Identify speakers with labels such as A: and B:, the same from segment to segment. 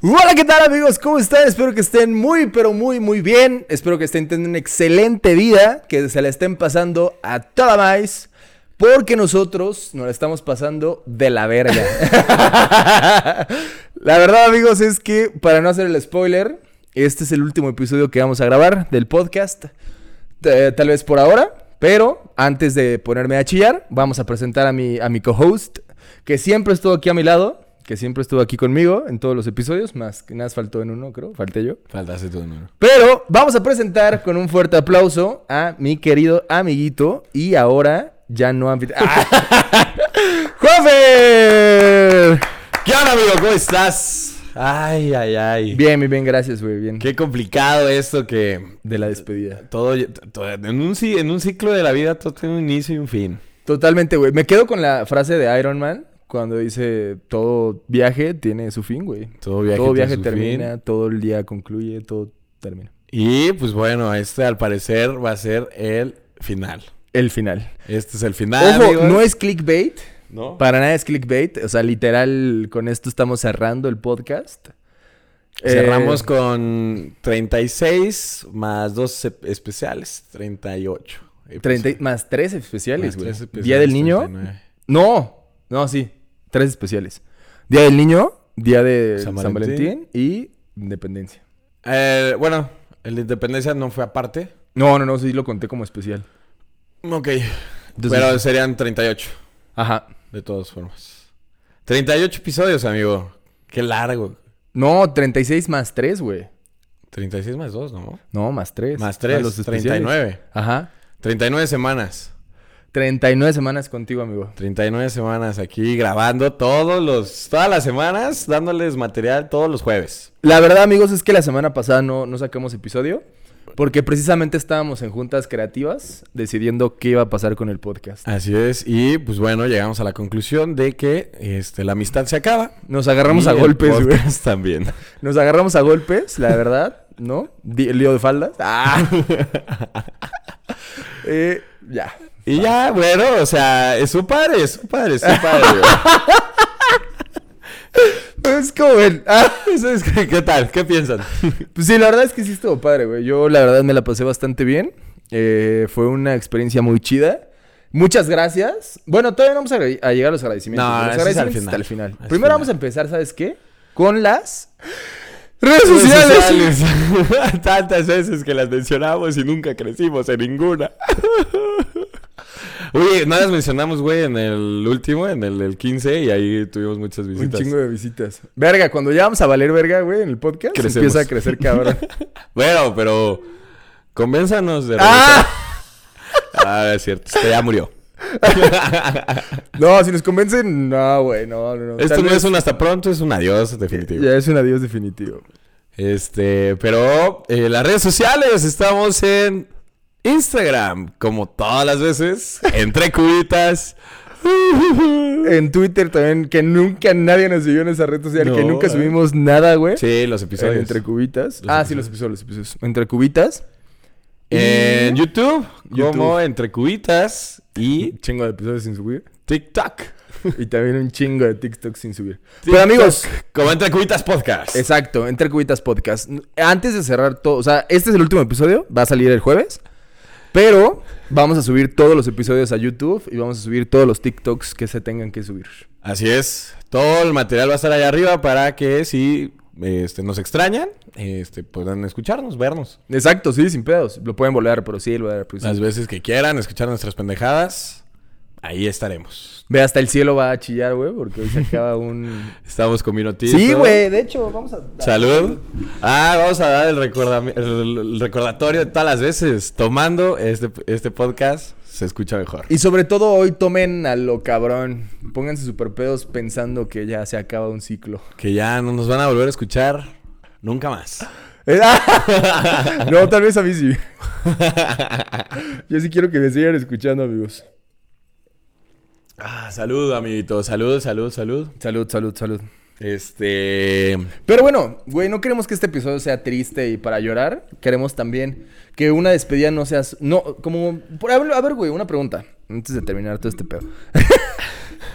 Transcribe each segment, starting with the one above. A: Hola, ¿qué tal amigos? ¿Cómo están? Espero que estén muy, pero muy, muy bien. Espero que estén teniendo una excelente vida, que se la estén pasando a toda más, porque nosotros nos la estamos pasando de la verga. la verdad amigos es que, para no hacer el spoiler, este es el último episodio que vamos a grabar del podcast, T- Eh, tal vez por ahora, pero antes de ponerme a chillar, vamos a presentar a mi, a mi co-host, que siempre estuvo aquí a mi lado, que siempre estuvo aquí conmigo en todos los episodios, más que nada faltó en uno, creo, falté yo.
B: Faltaste tú, ¿no?
A: Pero vamos a presentar con un fuerte aplauso a mi querido amiguito y ahora ya no anfitri- ¡Ah! ¡Juanfer!
B: ¿Qué onda, amigo? ¿Cómo estás? Ay, ay, ay.
A: Bien, muy bien, gracias, güey, bien.
B: Qué complicado esto que
A: De la despedida.
B: todo, todo- en, un, ci- en un ciclo de la vida todo tiene un inicio y un fin.
A: Totalmente, güey. Me quedo con la frase de Iron Man cuando dice todo viaje tiene su fin, güey.
B: Todo viaje
A: todo
B: tiene
A: viaje
B: su
A: termina,
B: fin.
A: todo el día concluye, todo termina.
B: Y pues bueno, este al parecer va a ser el final.
A: El final.
B: Este es el final.
A: Ojo,
B: amigos.
A: no es clickbait.
B: ¿No?
A: Para nada es clickbait. O sea, literal, con esto estamos cerrando el podcast. Eh,
B: Cerramos con 36 más dos ep- especiales, 38.
A: 30
B: episodios.
A: más tres especiales,
B: pues, Más
A: güey.
B: tres especiales,
A: Día del niño.
B: 39.
A: No, no, sí. Tres especiales. Día del niño, día de San
B: San
A: Valentín, y Independencia.
B: Eh, bueno, el de Independencia no fue aparte.
A: No, no, no, sí lo conté como especial.
B: Ok.
A: Entonces-
B: Pero serían 38,
A: Ajá.
B: de todas formas. 38 episodios, amigo. Qué largo.
A: No, 36 más 3, güey.
B: 36 más 2, ¿no?
A: No, más 3.
B: Más 3, 39.
A: Ajá.
B: 39 semanas.
A: 39 semanas contigo, amigo.
B: 39 semanas aquí grabando todos los, todas las semanas, dándoles material todos los jueves.
A: La verdad, amigos, es que la semana pasada no, no sacamos episodio. Porque precisamente estábamos en juntas creativas decidiendo qué iba a pasar con el podcast.
B: Así es, y pues bueno, llegamos a la conclusión de que este, la amistad se acaba.
A: Nos agarramos
B: Y
A: a
B: el
A: golpes, güey.
B: podcast También.
A: Nos agarramos a golpes, la verdad, ¿no? Di- lío de faldas. Ah. Eh, ya.
B: Y ya, bueno, o sea, es su padre, es su padre, es su padre. güey.
A: Es joven. Ah.
B: Eso es- ¿Qué tal? ¿Qué piensan?
A: Pues sí, la verdad es que sí estuvo padre, güey. Yo la verdad me la pasé bastante bien. Eh, fue una experiencia muy chida. Muchas gracias. Bueno, todavía no vamos a, a llegar a los agradecimientos.
B: No,
A: los
B: eso es al
A: agradecimientos
B: final.
A: hasta el final.
B: Al
A: Primero
B: final.
A: vamos a empezar, ¿sabes qué? Con las redes sociales.
B: Redes sociales. Tantas veces que las mencionamos y nunca crecimos en ninguna. Oye, no las mencionamos, güey, en el último, en el, del 15, y ahí tuvimos muchas
A: Un
B: visitas.
A: chingo de visitas. Verga, cuando ya vamos a valer verga, güey, en el podcast,
B: Crecemos.
A: empieza a crecer cabrón.
B: Bueno, pero convénzanos de regresar.
A: ¡Ah!
B: Ah, es cierto, este ya murió.
A: No, si nos convencen, no, güey, no, no, no.
B: Esto
A: Tal
B: no
A: vez
B: es un hasta pronto, es un adiós definitivo.
A: Ya es un adiós definitivo.
B: Este, pero eh, las redes sociales estamos en Instagram, como todas las veces, entre cubitas.
A: En Twitter también, que nunca nadie nos siguió en esa red social, que
B: No,
A: nunca
B: eh.
A: subimos nada, güey.
B: Sí, los
A: En
B: episodios.
A: entre cubitas.
B: Los
A: ah, sí, los episodios, los episodios. Entre cubitas.
B: En YouTube, como
A: YouTube.
B: entre cubitas y
A: Un chingo de episodios sin subir.
B: TikTok.
A: y también un chingo de TikTok sin subir.
B: TikTok,
A: Pero amigos,
B: como entre cubitas podcast.
A: exacto, entre cubitas podcast. Antes de cerrar todo, o sea, este es el último episodio, va a salir el jueves. Pero vamos a subir todos los episodios a YouTube y vamos a subir todos los TikToks que se tengan que subir.
B: Así es. Todo el material va a estar allá arriba para que si este, nos extrañan, este, puedan escucharnos, vernos.
A: Exacto, sí, sin pedos. Lo pueden volver, pero sí, lo voy a reproducir.
B: Las veces que quieran, escuchar nuestras pendejadas, ahí estaremos.
A: Ve, hasta el cielo va a chillar, güey, porque hoy se acaba un...
B: Estamos con minotito.
A: Sí, güey, de hecho, vamos a...
B: Salud. Ah, vamos a dar el, recordam- el- el recordatorio de todas las veces. Tomando este, este podcast se escucha mejor.
A: Y sobre todo hoy tomen a lo cabrón. Pónganse super pedos pensando que ya se acaba un ciclo.
B: Que ya no nos van a volver a escuchar nunca más.
A: no, tal vez a mí sí. Yo sí quiero que me sigan escuchando, amigos.
B: Ah, salud, amiguito. Salud, salud, salud.
A: Salud, salud, salud.
B: Este.
A: Pero bueno, güey, no queremos que este episodio sea triste y para llorar. Queremos también que una despedida no sea... No, como... por- a ver- a ver, güey, una pregunta. Antes de terminar todo este pedo.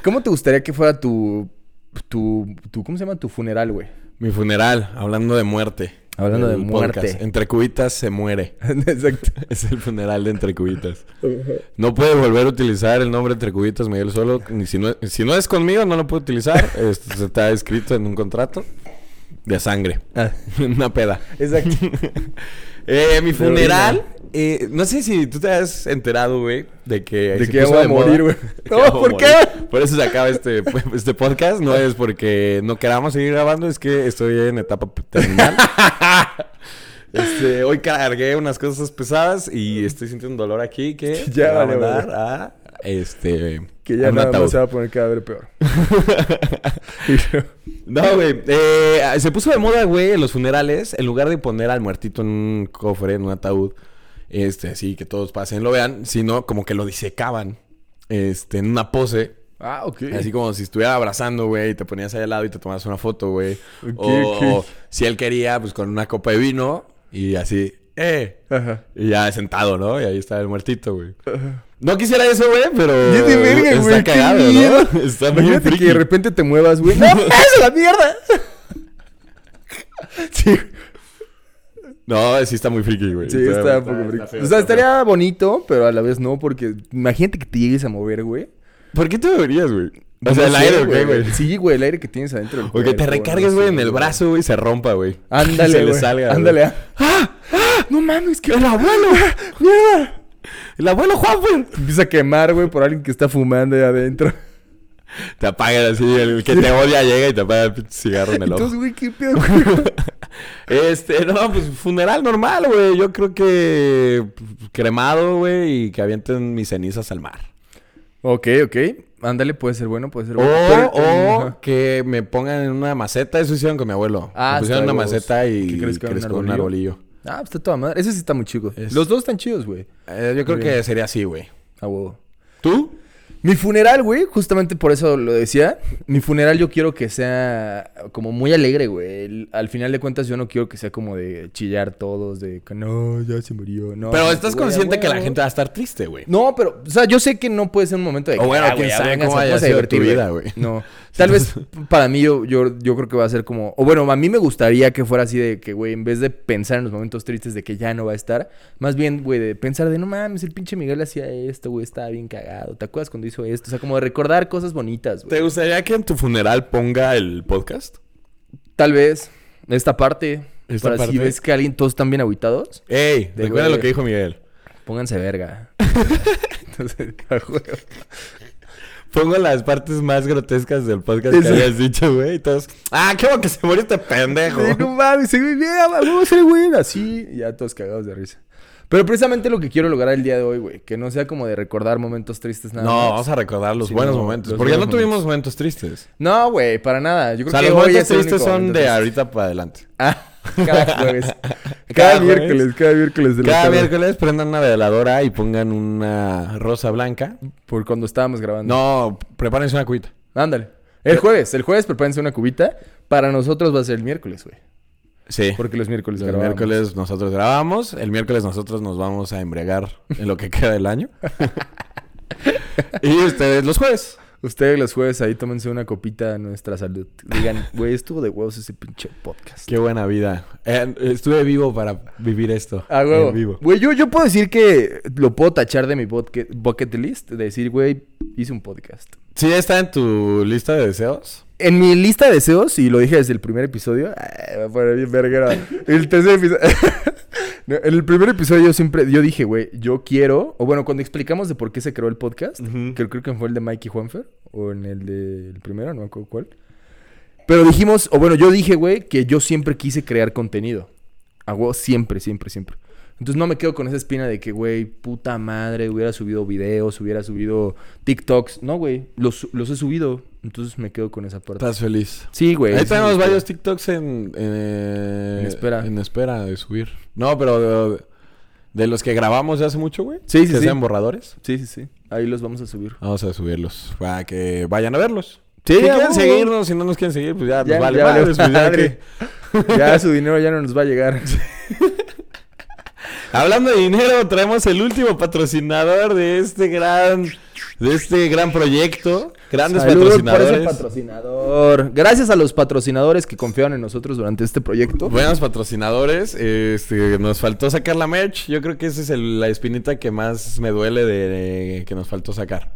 A: ¿Cómo te gustaría que fuera tu tu, tu, ¿cómo se llama? Tu funeral, güey.
B: Mi funeral, hablando de muerte.
A: Hablando de
B: El
A: muerte.
B: Entre cubitas se muere.
A: Exacto.
B: Es el funeral de Entre Cubitas. No puede volver a utilizar el nombre Entre Cubitas Miguel Solo. Ni si, no, si no es conmigo, no lo puede utilizar. Esto se está escrito en un contrato de sangre.
A: Ah,
B: Una peda.
A: exacto.
B: Eh, mi funeral. eh, no sé si tú te has enterado, güey, de que.
A: De
B: se
A: que ya
B: puso
A: voy a
B: de moda.
A: morir, güey.
B: Que
A: No,
B: ya voy a
A: ¿por
B: morir.
A: qué?
B: Por eso se acaba este, este podcast. No es porque no queramos seguir grabando, es que estoy en etapa terminal. Este, hoy cargué unas cosas pesadas y estoy sintiendo un dolor aquí que
A: Ya
B: me va a
A: vale,
B: mandar a este
A: Que
B: a
A: ya
B: un
A: nada
B: ataúd.
A: más se va a poner cada vez peor.
B: No, güey. Eh, se puso de moda, güey, en los funerales. En lugar de poner al muertito en un cofre, en un ataúd, este, así que todos pasen, lo vean, sino como que lo disecaban, este, en una pose.
A: ah, ok.
B: Así como si estuviera abrazando, güey, y te ponías ahí al lado y te tomabas una foto, güey.
A: Ok,
B: o,
A: ok.
B: o si él quería, pues con una copa de vino y así, ¡eh!
A: Ajá.
B: Y ya sentado, ¿no? Y ahí estaba el muertito, güey. No quisiera eso, güey, pero.
A: Ya te verga, güey, qué
B: Está cagado,
A: miedo.
B: ¿no? Está muy
A: Imagínate
B: friki.
A: que de repente te muevas, güey. ¡No, es la mierda! sí,
B: No, sí está muy friki, güey.
A: sí, está un poco friki.
B: feo,
A: O sea,
B: está feo.
A: estaría bonito, pero a la vez no, porque imagínate que te llegues a mover, güey.
B: ¿Por qué te deberías, güey? O
A: Pues
B: sea, el
A: no sé,
B: aire, ¿qué, güey?
A: Sí, güey, el aire que tienes adentro. del
B: O que te
A: cuerpo,
B: recargues,
A: no
B: güey,
A: sé,
B: en el brazo, güey, y se rompa, güey.
A: Ándale,
B: Se le
A: güey.
B: salga, güey.
A: Ándale. ah. ¡Ah! ¡Ah! ¡No mames! ¡Que el abuelo! ¡Mierda!
B: El abuelo
A: Ah,
B: Juan, güey.
A: Empieza a quemar, güey, por alguien que está fumando ahí adentro.
B: Te apagan así, el que te odia llega y te apaga el pinche cigarro en el ojo.
A: Entonces, güey, qué pedo. güey?
B: Este, no, pues funeral normal, güey. Yo creo que pues, cremado, güey, y que avienten mis cenizas al mar.
A: ok, ok. Ándale, puede ser bueno, puede ser
B: O,
A: bueno. Pero-
B: o
A: Ajá.
B: que me pongan en una maceta. Eso hicieron con mi abuelo.
A: Ah,
B: me pusieron en
A: está
B: una
A: huevos.
B: maceta y
A: Que crezca
B: crezco
A: un
B: un arbolillo.
A: Ah, pues está toda madre. Ese sí está muy chico.
B: Es-
A: Los dos están chidos, güey.
B: Eh, yo creo que sería así, güey.
A: A huevo.
B: ¿Tú?
A: Mi funeral, güey, justamente por eso lo decía. Mi funeral yo quiero que sea como muy alegre, güey. El- Al final de cuentas yo no quiero que sea como de chillar todos, de que no, ya se murió. No,
B: Pero
A: no,
B: estás
A: güey, a
B: consciente que la
A: huevo.
B: gente va a estar triste, güey.
A: No, pero, o sea, yo sé que no puede ser un momento de...
B: O
A: que,
B: bueno,
A: "Ah,
B: quién
A: güey,
B: sabe
A: vénganse,
B: cómo haya
A: vamos a
B: sido tu
A: divertir,
B: vida, güey".
A: No, tal vez p- para mí yo, yo, yo creo que va a ser como... O bueno, a mí me gustaría que fuera así de que, güey, en vez de pensar en los momentos tristes de que ya no va a estar, más bien, güey, de pensar de, no mames, el pinche Miguel hacía esto, güey, estaba bien cagado. ¿Te acuerdas cuando hizo esto? O sea, como de recordar cosas bonitas, güey.
B: ¿Te gustaría que en tu funeral ponga el podcast?
A: Tal vez esta parte,
B: Esta
A: para si
B: parte.
A: ves que alguien, todos están bien aguitados,
B: Ey,
A: De
B: recuerda
A: güey.
B: lo que dijo Miguel.
A: pónganse verga. Entonces, a huevo.
B: Pongo las partes más grotescas del podcast
A: Eso.
B: que habías dicho, güey. Y todos, ah, qué bueno que se murió este pendejo.
A: Sí, no mames, se ve bien, vamos el güey, así, y ya todos cagados de risa. Pero precisamente lo que quiero lograr el día de hoy, güey, que no sea como de recordar momentos tristes nada
B: No,
A: más.
B: vamos a recordar los
A: Sí,
B: buenos
A: no,
B: momentos.
A: los
B: Porque no
A: buenos
B: tuvimos momentos tristes.
A: No, güey, para nada. Yo creo
B: O sea,
A: que
B: los
A: hoy
B: momentos
A: es el único
B: tristes son
A: momento
B: de
A: triste.
B: ahorita para adelante.
A: Ah, cada jueves. cada,
B: Cada jueves.
A: miércoles, cada miércoles de la
B: Cada
A: tarde.
B: miércoles prendan una veladora y pongan una rosa blanca.
A: Por cuando estábamos grabando.
B: No, prepárense una cuita.
A: Ándale. El jueves, el jueves prepárense una cubita. Para nosotros va a ser el miércoles, güey.
B: Sí.
A: Porque los miércoles
B: El
A: grabamos.
B: miércoles nosotros grabamos, el miércoles nosotros nos vamos a embriagar en lo que queda del año. y ustedes los jueves.
A: Ustedes los jueves ahí tómense una copita a nuestra salud. Digan, güey, estuvo de huevos ese pinche podcast.
B: Qué buena vida. Eh, estuve vivo para vivir esto.
A: Ah, huevo.
B: En vivo.
A: Güey, yo, yo puedo decir que lo puedo tachar de mi vodke- bucket list. De decir, güey, hice un podcast.
B: ¿Sí está en tu lista de deseos?
A: En mi lista de deseos, y lo dije desde el primer episodio, ay, me pone bien verguera. El tercer episodio. No, en el primer episodio yo siempre, yo dije, güey, yo quiero, o bueno, cuando explicamos de por qué se creó el podcast,
B: Ujú.
A: que creo que fue el de Mikey Juanfer, o en el del primero, no me acuerdo cuál. Pero dijimos, o bueno, yo dije, güey, que yo siempre quise crear contenido. A huevo, siempre, siempre, siempre. Entonces no me quedo con esa espina de que, güey, puta madre, hubiera subido videos, hubiera subido TikToks. No, güey, los, los he subido. Entonces me quedo con esa parte.
B: Estás feliz.
A: Sí, güey.
B: Ahí
A: esa es
B: tenemos
A: mi
B: varios
A: historia.
B: TikToks en, eh,
A: En espera.
B: En espera de subir. No, pero de, de los que grabamos hace mucho, güey.
A: Sí, sí,
B: Que
A: sí.
B: sean borradores.
A: Sí, sí, sí. Ahí los vamos a subir.
B: Vamos a subirlos para que vayan a verlos.
A: Sí,
B: si
A: a
B: quieren
A: huevo.
B: seguirnos, si no nos quieren seguir, pues ya,
A: Ya,
B: nos vale
A: ya valió
B: madres, pues ya
A: madre.
B: que-
A: Ya su dinero ya no nos va a llegar.
B: Hablando de dinero, traemos el último patrocinador de este gran de este gran proyecto. Grandes
A: Salud por ese
B: patrocinadores.
A: patrocinador. Gracias a los patrocinadores que confiaron en nosotros durante este proyecto.
B: Buenos patrocinadores. Este, nos faltó sacar la merch. Yo creo que esa es el- la espinita que más me duele de, de que nos faltó sacar.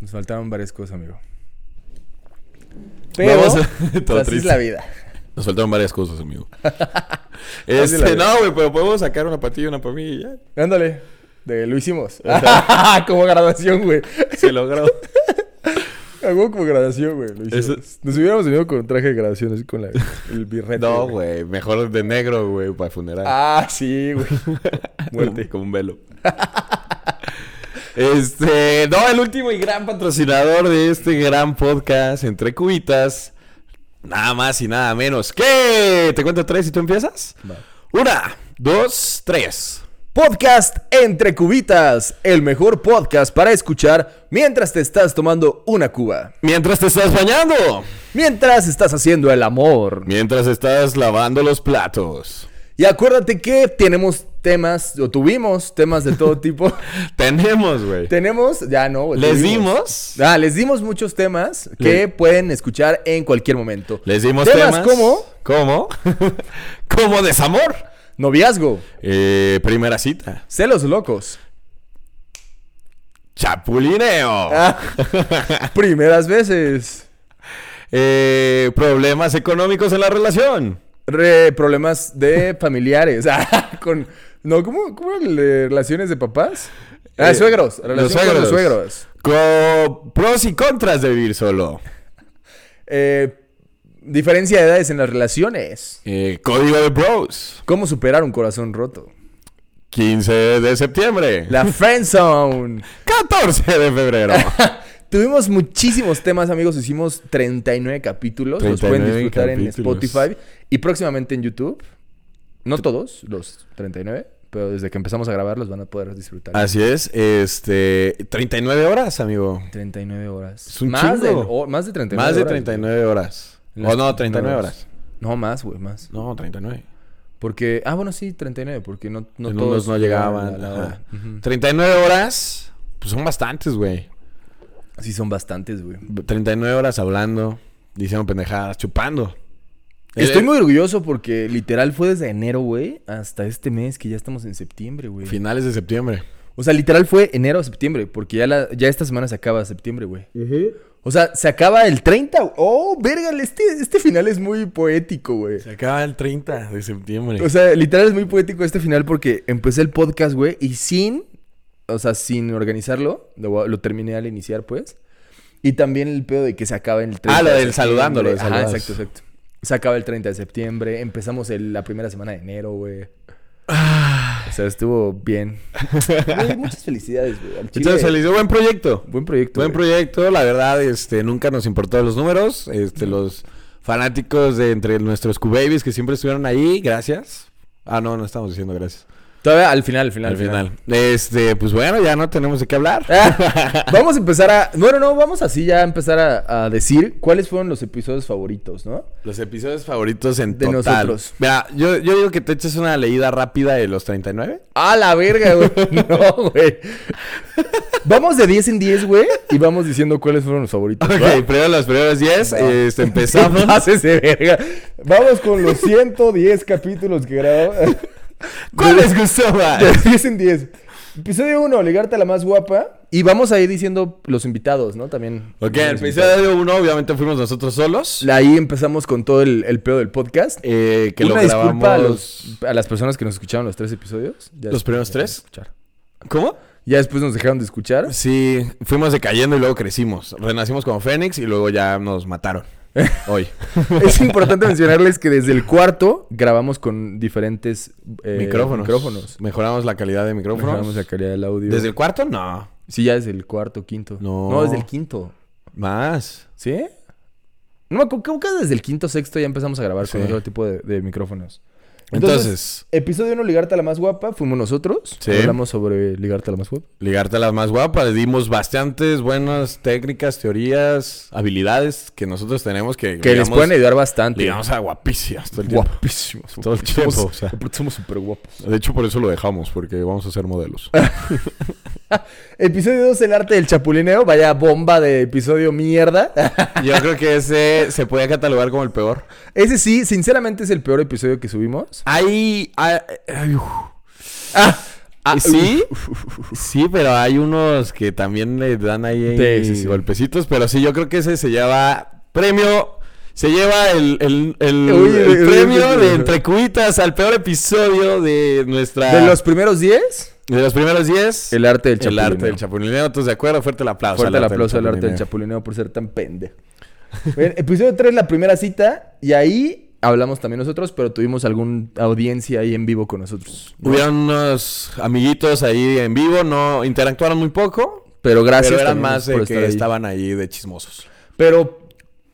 A: Nos faltaron varias cosas, amigo.
B: Vamos
A: Pero
B: a-
A: pues,
B: todo
A: así es
B: triste.
A: la vida.
B: Nos faltaron varias cosas, amigo.
A: Así la
B: este,
A: veo.
B: no, güey, pero podemos sacar una patilla y una para mí y ya.
A: Ándale. De, lo hicimos. como graduación, güey.
B: Se logró.
A: Algo como graduación, güey. Lo hicimos.
B: Eso-
A: Nos hubiéramos venido con un traje de graduación, así con la- el birrete.
B: No, güey. Mejor de negro, güey, para funeral.
A: Ah, sí, güey.
B: Muerte. Como un velo. este, no, el último y gran patrocinador de este gran podcast, Entre Cubitas. Nada más y nada menos que. Te cuento tres y tú empiezas. Una, dos, tres.
A: Podcast Entre Cubitas, el mejor podcast para escuchar mientras te estás tomando una cuba,
B: Mientras te estás bañando.
A: mientras estás haciendo el amor.
B: Mientras estás lavando los platos.
A: Y acuérdate que tenemos temas, o tuvimos temas de todo tipo.
B: Tenemos, güey.
A: tenemos, ya no. güey,
B: Les
A: tuvimos.
B: dimos.
A: Ah, les dimos muchos temas que
B: Le-
A: pueden escuchar en cualquier momento.
B: Les dimos
A: Temas
B: temas.
A: como-
B: ¿Cómo? como desamor.
A: Noviazgo,
B: Eh, primera cita.
A: celos locos,
B: Chapulineo.
A: Ah. primeras veces,
B: Eh, problemas económicos en la relación.
A: re- problemas de familiares, ah, con... No, ¿cómo, cómo era el de relaciones de papás? Ah,
B: Eh,
A: suegros,
B: los
A: relación con los
B: suegros.
A: suegros.
B: Co- pros y contras de vivir solo.
A: Eh, diferencia de edades en las relaciones.
B: Eh, código de bros.
A: ¿Cómo superar un corazón roto?
B: 15 de septiembre.
A: La friend zone.
B: 14 de febrero.
A: Tuvimos muchísimos temas, amigos. Hicimos 39 capítulos. los pueden
B: 39
A: disfrutar en
B: capítulos.
A: Spotify y próximamente en YouTube. No todos, los 39, pero desde que empezamos a grabar los van a poder disfrutar.
B: Así es. Este, 39 horas, amigo.
A: 39 horas.
B: Es un
A: más, de,
B: chingo.
A: o- más de 39
B: Más de
A: horas,
B: 39 horas.
A: güey. Las
B: O no, 39 horas.
A: No, más, güey, más.
B: No, 39.
A: Porque, ah, bueno, sí, 39, porque no, no
B: No
A: todos
B: no llegaban.
A: a la hora.
B: ajá. 39 horas, pues son bastantes, güey.
A: Sí, son bastantes, güey.
B: 39 horas hablando, diciendo pendejadas, chupando.
A: Estoy
B: Eh,
A: muy orgulloso porque literal fue desde enero, güey, hasta este mes que ya estamos en septiembre, güey.
B: Finales de septiembre.
A: O sea, literal fue enero a septiembre, porque ya, la, ya esta semana se acaba septiembre, güey. O sea, se acaba el 30. güey. Oh, verga, este, este final es muy poético, güey.
B: Se acaba el 30 de septiembre.
A: O sea, literal es muy poético este final porque empecé el podcast, güey, y sin, o sea, sin organizarlo, lo, lo terminé al iniciar, pues. Y también el pedo de que se acaba el 30.
B: Ah, lo
A: de
B: del
A: septiembre.
B: saludando, lo del
A: Ajá,
B: saludazo.
A: exacto, exacto. Se acaba el 30 de septiembre, empezamos el- la primera semana de enero, güey.
B: Ah.
A: O sea, estuvo bien. Güey, muchas felicidades, güey. al chile.
B: Entonces se le hizo buen proyecto.
A: Buen proyecto.
B: Buen
A: güey.
B: proyecto, la verdad, este, nunca nos importaron los números. Este, los fanáticos de entre nuestros Q-Babies que siempre estuvieron ahí, gracias. Ah, no, no estamos diciendo gracias.
A: Todavía al final, al final.
B: Al final. Este, pues bueno, ya no tenemos de qué hablar.
A: Ah, vamos a empezar a. Bueno, no, vamos así ya a empezar a, a decir cuáles fueron los episodios favoritos, ¿no?
B: Los episodios favoritos en
A: De
B: total.
A: nosotros.
B: Mira, yo, yo digo que te eches una leída rápida de los 39.
A: A la verga, güey. No, güey. Vamos de 10 en 10, güey. Y vamos diciendo cuáles fueron los favoritos.
B: Ok,
A: ¿va?
B: primero los primeros 10.
A: pues,
B: Este,
A: No
B: empezamos.
A: pases de verga. Vamos con los 110 capítulos que grabamos.
B: ¿Cuál les gustó más?
A: De 10 en 10. Episodio 1, ligarte a la más guapa. Y vamos a ir diciendo los invitados, ¿no? También. Los
B: Ok, el episodio 1, obviamente fuimos nosotros solos.
A: Ahí empezamos con todo el, el pedo del podcast.
B: Eh, que
A: Una
B: lo grabamos.
A: disculpa a, los- a las personas que nos escucharon los tres episodios. Ya después
B: ¿Los primeros
A: nos dejaron
B: tres?
A: de escuchar.
B: ¿Cómo?
A: Ya después nos dejaron de escuchar.
B: Sí, fuimos decayendo y luego crecimos. Renacimos como Fénix y luego ya nos mataron. Hoy.
A: es importante mencionarles que desde el cuarto grabamos con diferentes eh,
B: micrófonos.
A: micrófonos.
B: Mejoramos la calidad de micrófonos.
A: Mejoramos la calidad del audio.
B: ¿Desde el cuarto? No.
A: Sí, ya desde el cuarto, quinto.
B: No.
A: desde el quinto.
B: Más.
A: ¿Sí? No, creo que desde el quinto, sexto ya empezamos a grabar con
B: Sí.
A: otro tipo de, de micrófonos.
B: Entonces,
A: Episodio 1, Ligarte a la más guapa, fuimos nosotros.
B: Sí.
A: Hablamos sobre Ligarte a la más guapa.
B: ligarte a la más guapa, le dimos bastantes buenas técnicas, teorías, habilidades que nosotros tenemos que...
A: Que les
B: digamos,
A: pueden ayudar bastante.
B: Digamos a guapísimas todo el tiempo.
A: Guapísimos.
B: Todo el tiempo,
A: Somos-
B: o sea.
A: aparte Somos súper guapos.
B: De hecho, por eso lo dejamos, porque vamos a ser modelos.
A: Episodio 2, el arte del chapulineo. Vaya bomba de episodio mierda.
B: Yo creo que ese se puede catalogar como el peor.
A: Ese sí, sinceramente es el peor episodio que subimos.
B: Hay... hay- ay, uf.
A: Ah,
B: Ah,
A: uf,
B: sí, sí, pero hay unos que también le dan ahí
A: Sí, sí, sí.
B: golpecitos, pero sí, yo creo que ese se lleva premio, se lleva el, el- el-
A: Uy,
B: el
A: uy, uy,
B: premio
A: uy, uy,
B: de
A: uy.
B: entre cubitas al peor episodio de nuestra...
A: De los primeros 10,
B: de los primeros 10,
A: el arte del
B: el
A: chapulineo.
B: arte del chapulineo, ¿estás de acuerdo? Fuerte el aplauso.
A: Fuerte el aplauso al arte del chapulineo por ser tan pendejo. Bien, episodio 3, la primera cita. Y ahí hablamos también nosotros, pero tuvimos alguna audiencia ahí en vivo con nosotros. ¿no?
B: Hubieron unos amiguitos ahí en vivo, no interactuaron muy poco,
A: Pero gracias
B: pero eran
A: también
B: más de
A: por
B: que
A: estar ahí.
B: estaban ahí de chismosos.
A: Pero,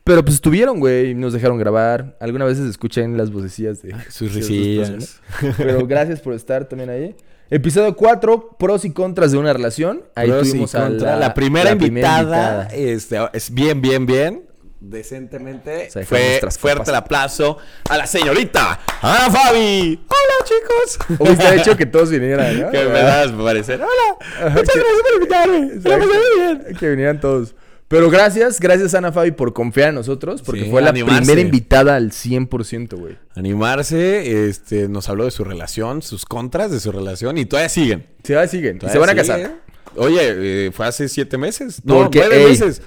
A: pero pues estuvieron, güey. Nos dejaron grabar. Algunas veces escuchen las vocecillas de
B: Sus
A: ciertas
B: risillas.
A: personas. Pero gracias por estar también ahí. Episodio 4, pros y contras de una relación. Ahí
B: Pros y
A: tuvimos a
B: contra.
A: la,
B: la, primera
A: la primera
B: invitada.
A: invitada.
B: este, es bien, bien, bien. Decentemente.
A: O sea, dejamos
B: fue
A: nuestras
B: fuerte
A: copas.
B: el aplauso a la señorita Ana Fabi. Hola, chicos.
A: Hubiese hecho que todos vinieran, ¿no?
B: que me das parecer. Hola. Muchas
A: que-
B: gracias por invitarme. Se la
A: Exacto.
B: pasé muy bien.
A: Que vinieran todos. Pero gracias, gracias Ana Fabi por confiar en nosotros, porque
B: Sí,
A: fue la
B: animarse.
A: primera invitada al 100%, güey.
B: Animarse, este, nos habló de su relación, sus contras de su relación y todavía siguen.
A: Se va, siguen. Y
B: Todavía ¿eh?
A: se van a
B: siguen.
A: casar.
B: Oye, eh, fue hace siete meses. No,
A: Porque,
B: nueve
A: ey.
B: meses.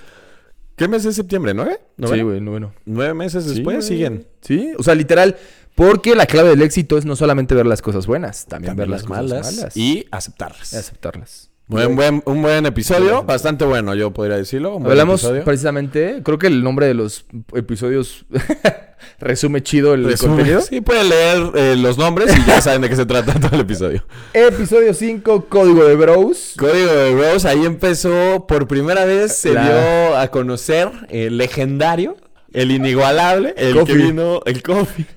B: ¿Qué mes es septiembre? ¿Nueve?
A: Sí,
B: ¿Noveno?
A: güey, no, bueno.
B: Nueve meses después
A: güey.
B: siguen.
A: Sí, o sea, literal, porque la clave del éxito es no solamente ver las cosas buenas, también, ver
B: también
A: las,
B: las
A: cosas
B: malas,
A: malas,
B: y aceptarlas.
A: y aceptarlas.
B: Buen- buen- un buen episodio, bastante bueno, yo podría decirlo. un buen
A: Hablamos
B: episodio.
A: precisamente, creo que el nombre de los episodios resume chido el
B: Resumen.
A: contenido.
B: Sí, pueden leer eh, los nombres y ya saben de qué se trata todo el episodio.
A: Episodio 5, Código de Bros.
B: Código de Rose, ahí empezó por primera vez, se
A: La-
B: dio a conocer el legendario, el inigualable, el
A: Coffee.
B: que vino, el coffee.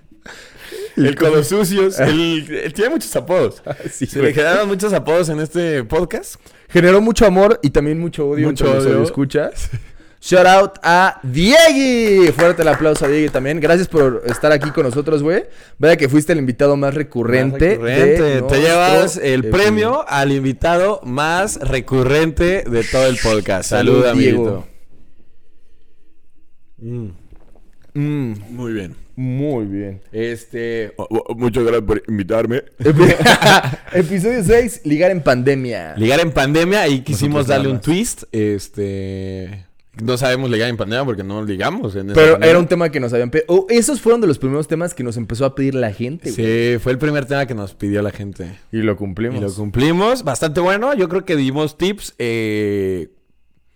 B: El codo sucios, el, el- tiene muchos apodos.
A: Sí,
B: se
A: güey.
B: le quedaron muchos apodos en este podcast.
A: Generó mucho amor y también mucho odio
B: Mucho
A: mucho entre
B: odio.
A: los escuchas. Shout out a Diegui. Fuerte el aplauso a Diegui también. Gracias por estar aquí con nosotros, güey. Vaya que fuiste el invitado más recurrente. de
B: Recurrente.
A: nuestro
B: Te llevas el
A: episodio.
B: premio al invitado más recurrente de todo el podcast.
A: Salud,
B: Salud, amiguito.
A: Diego. Mm,
B: Muy bien.
A: muy bien.
B: Este. Muchas gracias por invitarme.
A: Epi- Episodio 6, ligar en pandemia.
B: Ligar en pandemia y quisimos
A: Nosotros nada
B: darle un
A: más.
B: twist. Este. No sabemos ligar en pandemia porque no ligamos en esa
A: Pero
B: pandemia.
A: era un tema que nos habían pedido. Oh, esos fueron de los primeros temas que nos empezó a pedir la gente, güey.
B: Sí, fue el primer tema que nos pidió la gente.
A: Y lo
B: Y
A: cumplimos.
B: lo cumplimos. Bastante bueno. Yo creo que dimos tips. eh,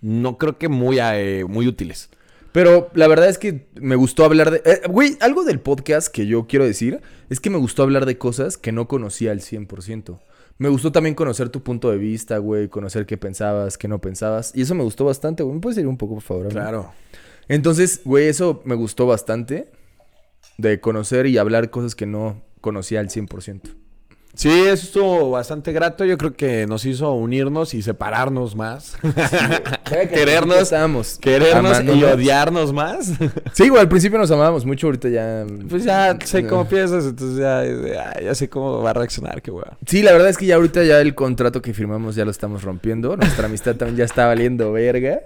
B: no creo que muy, eh, muy útiles.
A: Pero la verdad es que me gustó hablar de... eh, güey, algo del podcast que yo quiero decir es que me gustó hablar de cosas que no conocía al 100%. Me gustó también conocer tu punto de vista, güey, conocer qué pensabas, qué no pensabas. Y eso me gustó bastante, güey. ¿Me puedes ir un poco, por favor? amigo?
B: Claro.
A: Entonces, güey, eso me gustó bastante de conocer y hablar cosas que no conocía al 100%.
B: Sí, eso estuvo bastante grato. Yo creo que nos hizo unirnos y separarnos más. querernos,
A: Estábamos
B: querernos y
A: amándonos.
B: odiarnos más.
A: Sí, güey, al principio nos amábamos mucho, ahorita ya...
B: pues ya sé cómo
A: Eh.
B: piensas, entonces ya, ya, ya sé cómo va a reaccionar, qué hueva.
A: Sí, la verdad es que ya ahorita ya el contrato que firmamos ya lo estamos rompiendo. Nuestra amistad también ya está valiendo verga.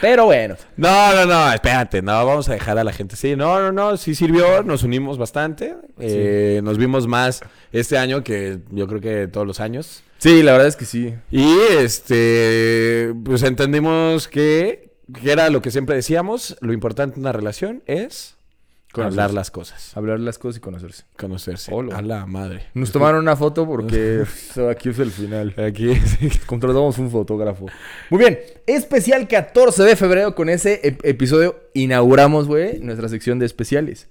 A: Pero bueno.
B: No, no, no, espérate, no, vamos a dejar a la gente. Sí, no, no, no, sí sirvió, nos unimos bastante. eh, nos vimos más este año que yo creo que todos los años.
A: Sí, la verdad es que sí.
B: Y este, pues entendimos que, que era lo que siempre decíamos, lo importante en una relación es
A: Conocerse.
B: hablar las cosas,
A: Hablar las cosas y conocerse.
B: conocerse.
A: Hola.
B: A la madre.
A: Nos tomaron una foto porque aquí es el final.
B: Aquí
A: Contratamos un fotógrafo. Muy bien. Especial 14 de febrero. Con ese ep- episodio inauguramos, güey, nuestra sección de especiales.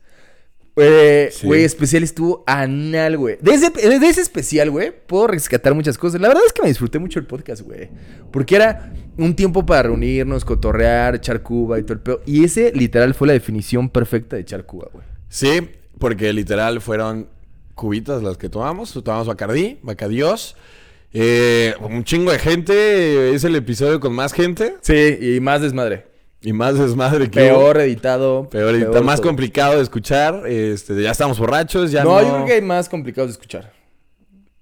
A: Eh,
B: Sí.
A: Güey, especial estuvo anal, güey. De ese, eh, de ese especial, güey, puedo rescatar muchas cosas. La verdad es que me disfruté mucho el podcast, güey. Porque era un tiempo para reunirnos, cotorrear, echar cuba y todo el pedo. Y ese, literal, fue la definición perfecta de echar cuba, güey.
B: Sí, porque literal fueron cubitas las que tomamos. Tomamos Bacardí, Bacadios. Eh, un chingo de gente. Es el episodio con más gente.
A: Sí, y más desmadre.
B: Y más desmadre que hubo.
A: Peor editado.
B: Peor, y está más
A: todo.
B: complicado de escuchar. Este, ya estamos borrachos, ya
A: No,
B: no.
A: yo creo que hay más complicados de escuchar.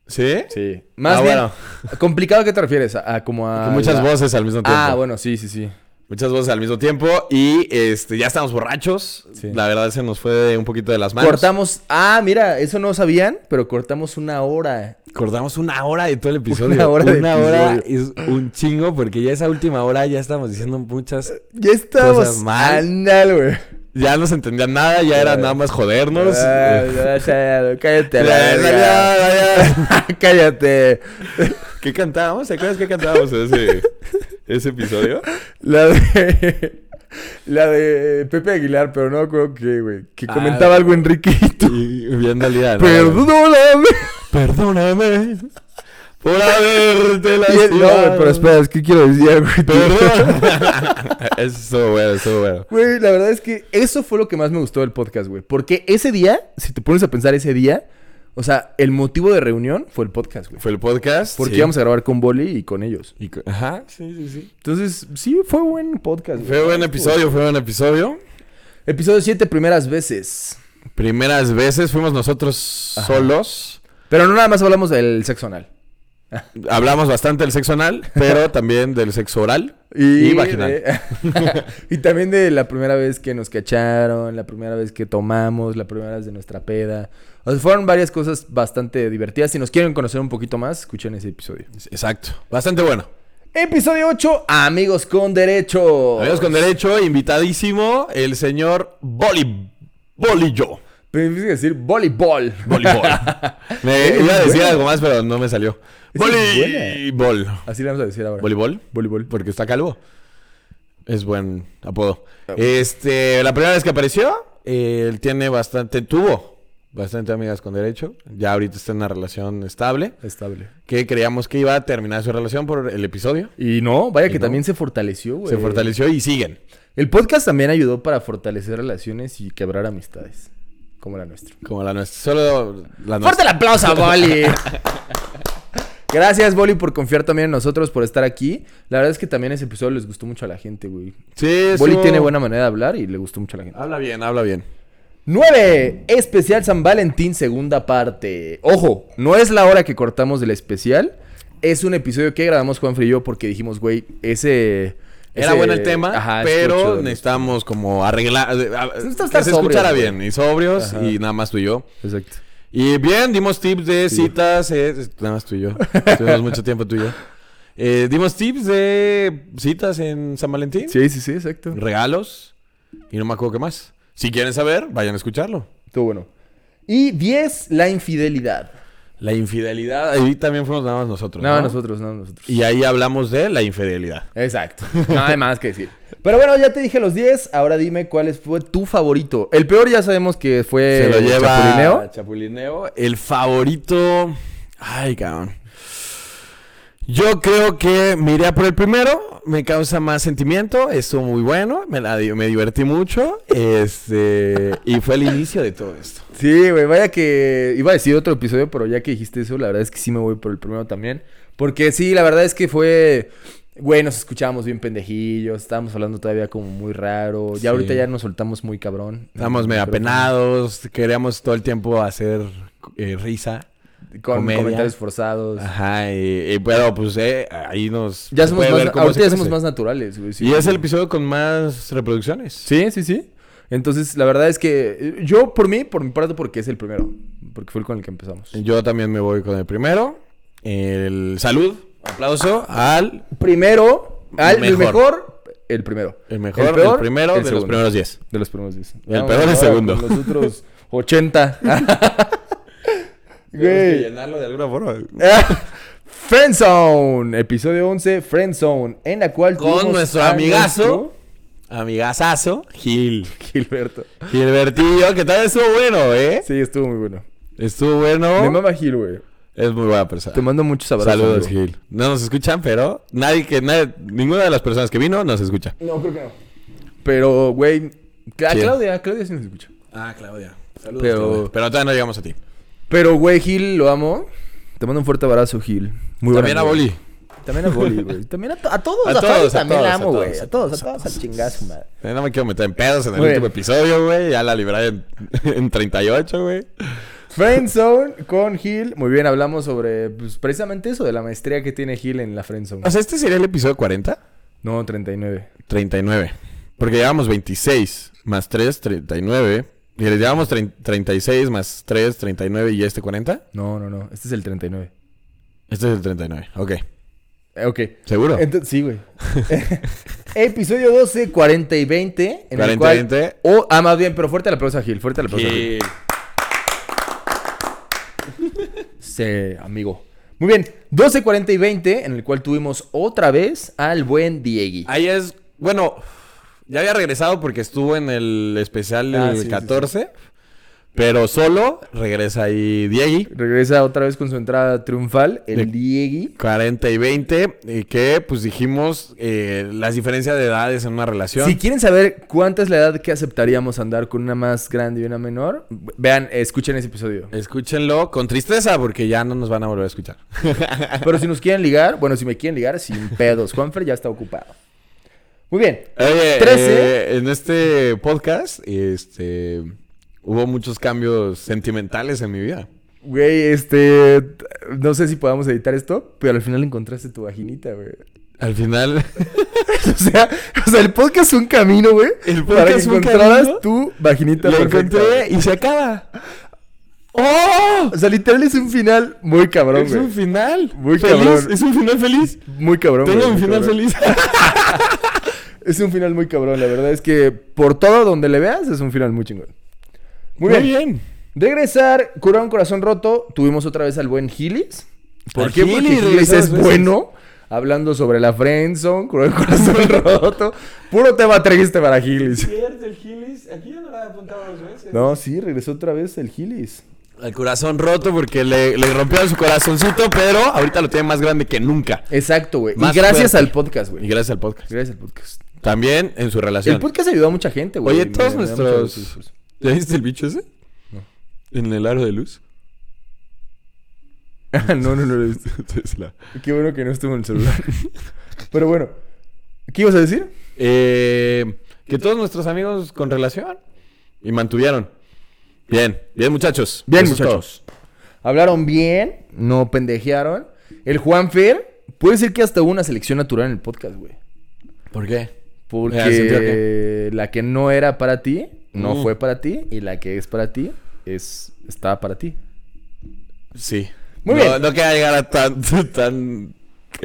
B: ¿Sí?
A: Sí. Más
B: Ah,
A: bien,
B: bueno.
A: ¿complicado a qué te refieres? A, a como a...
B: Que muchas
A: la-
B: voces al mismo tiempo.
A: Ah, bueno, sí, sí, sí.
B: Muchas voces al mismo tiempo. Y este, ya estamos borrachos.
A: Sí.
B: La verdad se nos fue un poquito de las manos.
A: Cortamos... Ah, mira, eso no sabían, pero cortamos una hora.
B: Cortamos una hora de todo el episodio.
A: Una
B: Una
A: hora
B: hora,
A: de
B: es un chingo porque ya esa última hora ya estábamos diciendo muchas.
A: Ya estamos...
B: Cosas mal.
A: Ándale, güey.
B: Ya no se entendía nada, ya era nada más jodernos.
A: Ah,
B: Eh,
A: ya, ya, Cállate, a
B: ya,
A: la verga.
B: ya, ya.
A: Cállate.
B: ¿Qué cantábamos? ¿Te acuerdas qué cantábamos en ese, ese episodio?
A: La de... La de Pepe Aguilar, pero no creo que, güey. Que
B: Ah,
A: comentaba algo Enriquito.
B: Y bien dolida. ¿no?
A: Perdóname.
B: Perdóname por haberte
A: Y el- No,
B: lastimado.
A: güey, pero espera, es que quiero decir, güey.
B: Perdón. Eso estuvo bueno, estuvo bueno.
A: Güey, la verdad es que eso fue lo que más me gustó del podcast, güey. Porque ese día, si te pones a pensar ese día, o sea, el motivo de reunión fue el podcast, güey.
B: Fue el podcast.
A: Porque
B: sí.
A: íbamos a grabar con Boli y con ellos.
B: Y co- Ajá, sí, sí, sí.
A: Entonces, sí, fue buen podcast, güey.
B: Fue buen episodio, fue buen episodio.
A: Episodio 7, primeras veces.
B: Primeras veces fuimos nosotros solos.
A: Pero no nada más hablamos del sexo anal.
B: Hablamos bastante del sexo anal, pero también del sexo oral y, vaginal.
A: de- eh, y también de la primera vez que nos cacharon, la primera vez que tomamos, la primera vez de nuestra peda. O sea, fueron varias cosas bastante divertidas. Si nos quieren conocer un poquito más, escuchen ese episodio.
B: Exacto. Bastante bueno.
A: Episodio 8, Amigos con Derecho.
B: Amigos con derecho, invitadísimo el señor Boli Bolillo.
A: Pero me difícil decir voleibol.
B: Voleibol. me
A: Eres
B: iba a decir
A: buena.
B: algo más, pero no me salió.
A: Esa es
B: Voleibol.
A: Así le vamos a decir ahora.
B: ¿Voleibol?
A: Voleibol.
B: Porque está calvo. Es buen apodo. Este, la primera vez que apareció, eh, él tiene bastante, tuvo bastante amigas con derecho. Ya ahorita está en una relación estable.
A: Estable.
B: Que creíamos que iba a terminar su relación por el episodio.
A: Y no, vaya que
B: no.
A: también se fortaleció, güey.
B: Se fortaleció y siguen.
A: El podcast también ayudó para fortalecer relaciones y quebrar amistades. Como la nuestra.
B: Como la nuestra. Solo la
A: ¡Fuerte
B: nuestra.
A: el aplauso a Boli! Gracias, Boli, por confiar también en nosotros, por estar aquí. La verdad es que también ese episodio les gustó mucho a la gente, güey.
B: Sí, estuvo-
A: Boli tiene buena manera de hablar y le gustó mucho a la gente.
B: Habla bien, habla bien.
A: 9. Especial San Valentín, segunda parte. Ojo, no es la hora que cortamos del especial. Es un episodio que grabamos Juan y yo porque dijimos, güey, ese.
B: Era
A: ese-
B: bueno el tema,
A: Ajá, estuvo
B: pero
A: chido.
B: necesitamos como arreglar. a-
A: Necesitamos
B: que
A: estar
B: se escuchara
A: sobrios,
B: bien, y sobrios,
A: Ajá.
B: y nada más tú y yo.
A: Exacto.
B: Y bien, dimos tips de citas, eh, es- nada más tú y yo. Tuvimos mucho tiempo tú y yo. Eh, dimos tips de citas en San Valentín,
A: Sí, sí, sí, exacto.
B: regalos, y no me acuerdo qué más. Si quieren saber, vayan a escucharlo.
A: Estuvo bueno. Y 10. La infidelidad.
B: La infidelidad, ahí también fuimos nada más nosotros.
A: No,
B: ¿no?
A: nosotros, no, nosotros.
B: Y ahí hablamos de la infidelidad.
A: Exacto. No hay más que decir. Pero bueno, ya te dije los 10. Ahora dime cuál es- fue tu favorito. El peor ya sabemos que fue.
B: Se lo lleva
A: Eh, Chapulineo.
B: Chapulineo. El favorito. Ay, cabrón. Yo creo que me iría por el primero. Me causa más sentimiento. Estuvo muy bueno. Me, la di- me divertí mucho. Este. y fue el inicio de todo esto.
A: Sí, güey, vaya que iba a decir otro episodio, pero ya que dijiste eso, la verdad es que sí me voy por el primero también. Porque sí, la verdad es que fue, güey, nos escuchábamos bien pendejillos, estábamos hablando todavía como muy raro. Ya
B: Sí.
A: ahorita ya nos soltamos muy cabrón.
B: Estábamos medio
A: Pero-
B: apenados. Queríamos todo el tiempo hacer eh, risa.
A: Con
B: comedia.
A: comentarios forzados.
B: Ajá. Y, y, pero pues eh, ahí nos.
A: Ya
B: se
A: somos
B: puede
A: más,
B: ver cómo
A: ahorita
B: se
A: ya somos
B: crece.
A: más naturales, güey. sí.
B: Y es el episodio con más reproducciones.
A: Sí, sí, sí. Entonces, la verdad es que eh, yo, por mí, por mi parte, porque es el primero. Porque fue el con el que empezamos.
B: Yo también me voy con el primero. El salud, aplauso al
A: Primero, al, el
B: Mejor.
A: mejor, el primero.
B: el mejor, el,
A: peor,
B: primero
A: el
B: de los
A: segundo.
B: primeros 10.
A: De los primeros Ah, 10.
B: El peor es segundo.
A: Los otros 80. Güey.
B: llenarlo de alguna forma.
A: Friendzone. Episodio 11, Friendzone. En la cual
B: Con
A: tuvimos
B: nuestro
A: a
B: amigazo. Amigazazo, Gil.
A: nuestro Gilberto.
B: Gilbertillo, que tal estuvo bueno, ¿eh?
A: Sí, estuvo muy bueno.
B: Estuvo
A: Me
B: bueno.
A: mama Gil, güey.
B: Es muy buena
A: Te
B: persona.
A: mando muchos abrazos.
B: Saludos,
A: amigo.
B: Gil. No nos escuchan, pero nadie que nadie, ninguna de las personas que vino nos escucha.
A: No, creo que no. Pero, güey. A
B: Sí.
A: Claudia, Claudia sí nos escucha.
B: Ah, Claudia. Saludos.
A: Pero-
B: Pero, pero todavía no llegamos a ti.
A: Pero, güey, Gil, lo amo. Te mando un fuerte abrazo, Gil. Muy
B: También
A: buena
B: a
A: amiga.
B: Boli.
A: También a Boli, güey. También a, to- a todos,
B: A
A: a,
B: todos,
A: todos,
B: a
A: también
B: todos,
A: la
B: a
A: amo, güey.
B: todos,
A: A todos, a todos, al chingazo, madre.
B: Eh, No me quiero meter en pedos en el
A: Muy
B: último
A: bien.
B: episodio, güey. Ya la libré en, en 38, güey.
A: Friendzone con Gil. Muy bien, hablamos sobre pues, precisamente eso, de la maestría que tiene Gil en la Friendzone.
B: O sea, ¿este sería el episodio 40?
A: No, 39.
B: 39. Porque llevamos 26 más 3, 39. Y le llevamos trein- 36 más 3, 39 y este 40.
A: No, no, no. Este es el 39.
B: Este es el 39. Ok.
A: Eh, ok.
B: ¿Seguro?
A: Ento- sí, güey. Episodio 12, 40 y 20. En
B: 40
A: el
B: y
A: cual,
B: 20.
A: O, ah, más bien, pero fuerte la aplauso a Gil. Fuerte la aplauso a Gil.
B: Sí.
A: Sí, amigo. Muy bien. 12, 40 y 20, en el cual tuvimos otra vez al buen Diegui.
B: Ahí es. Bueno, ya había regresado porque estuvo en el especial del
A: Ah, sí, sí, sí.
B: 14. Pero solo regresa ahí Diegui.
A: Regresa otra vez con su entrada triunfal, el
B: De-
A: Diegui.
B: 40 y 20, y que pues dijimos eh, las diferencias de edades en una relación.
A: Si quieren saber cuánta es la edad que aceptaríamos andar con una más grande y una menor, vean, escuchen ese episodio.
B: Escúchenlo con tristeza porque ya no nos van a volver a escuchar.
A: Pero si nos quieren ligar, bueno, si me quieren ligar, sin pedos. Juanfer ya está ocupado. Muy bien.
B: Oye,
A: 13.
B: eh, en este podcast este, hubo muchos cambios sentimentales en mi vida.
A: Güey, este. No sé si podamos editar esto, pero al final encontraste tu vaginita, güey.
B: Al final,
A: O sea, o sea, el podcast es un camino, güey.
B: El
A: Para que
B: podcast es un
A: encontraras
B: camino.
A: tu vaginita
B: lo
A: perfecta,
B: encontré
A: güey.
B: y se acaba. ¡Oh!
A: O sea, literal es un final muy cabrón,
B: Es
A: güey.
B: un final.
A: Muy
B: feliz.
A: cabrón.
B: Es un final feliz.
A: Muy cabrón,
B: Tengo
A: güey,
B: un
A: muy
B: final
A: cabrón.
B: feliz.
A: Es un final muy cabrón, la verdad es que por todo donde le veas es un final muy chingón. Muy, bien. Regresar, curar un corazón roto, tuvimos otra vez al buen Gilis. ¿Por
B: Al
A: qué?
B: Gilis,
A: Porque Gilis
B: regresó
A: es
B: dos veces.
A: bueno. Hablando sobre la friendzone, curar el corazón roto. Puro tema triste para Gilis.
B: el Gilis. Aquí ya no la he apuntado dos veces.
A: No, sí, regresó otra vez el Gilis.
B: El corazón roto porque le, le rompieron su corazoncito, pero ahorita lo tiene más grande que nunca.
A: Exacto, güey. Y
B: Más
A: gracias
B: fuerte.
A: al podcast,
B: Y
A: güey.
B: gracias al podcast.
A: Gracias al podcast.
B: También en su relación.
A: El podcast ayudó a mucha gente, güey.
B: Oye,
A: Me-
B: todos
A: me da mucho
B: nuestros-
A: gusto, pues.
B: ¿Ya viste el bicho ese? En el aro de luz.
A: pues. no, no, no lo he visto.
B: Tesla.
A: Qué bueno que no estuvo en el celular. Pero bueno, ¿qué ibas a decir?
B: Eh, que todos nuestros amigos con relación. Y mantuvieron. Bien, bien muchachos.
A: Bien,
B: Eso es
A: muchachos. Hablaron bien, no pendejearon. El Juanfer, puede ser que hasta hubo una selección natural en el podcast, güey.
B: todo. ¿Por qué?
A: Porque
B: Ya, sentido que-
A: la que no era para ti, no
B: Mm.
A: fue para ti. Y la que es para ti, es está para ti.
B: Sí.
A: Muy
B: no,
A: bien.
B: No queda llegar a tan... tan...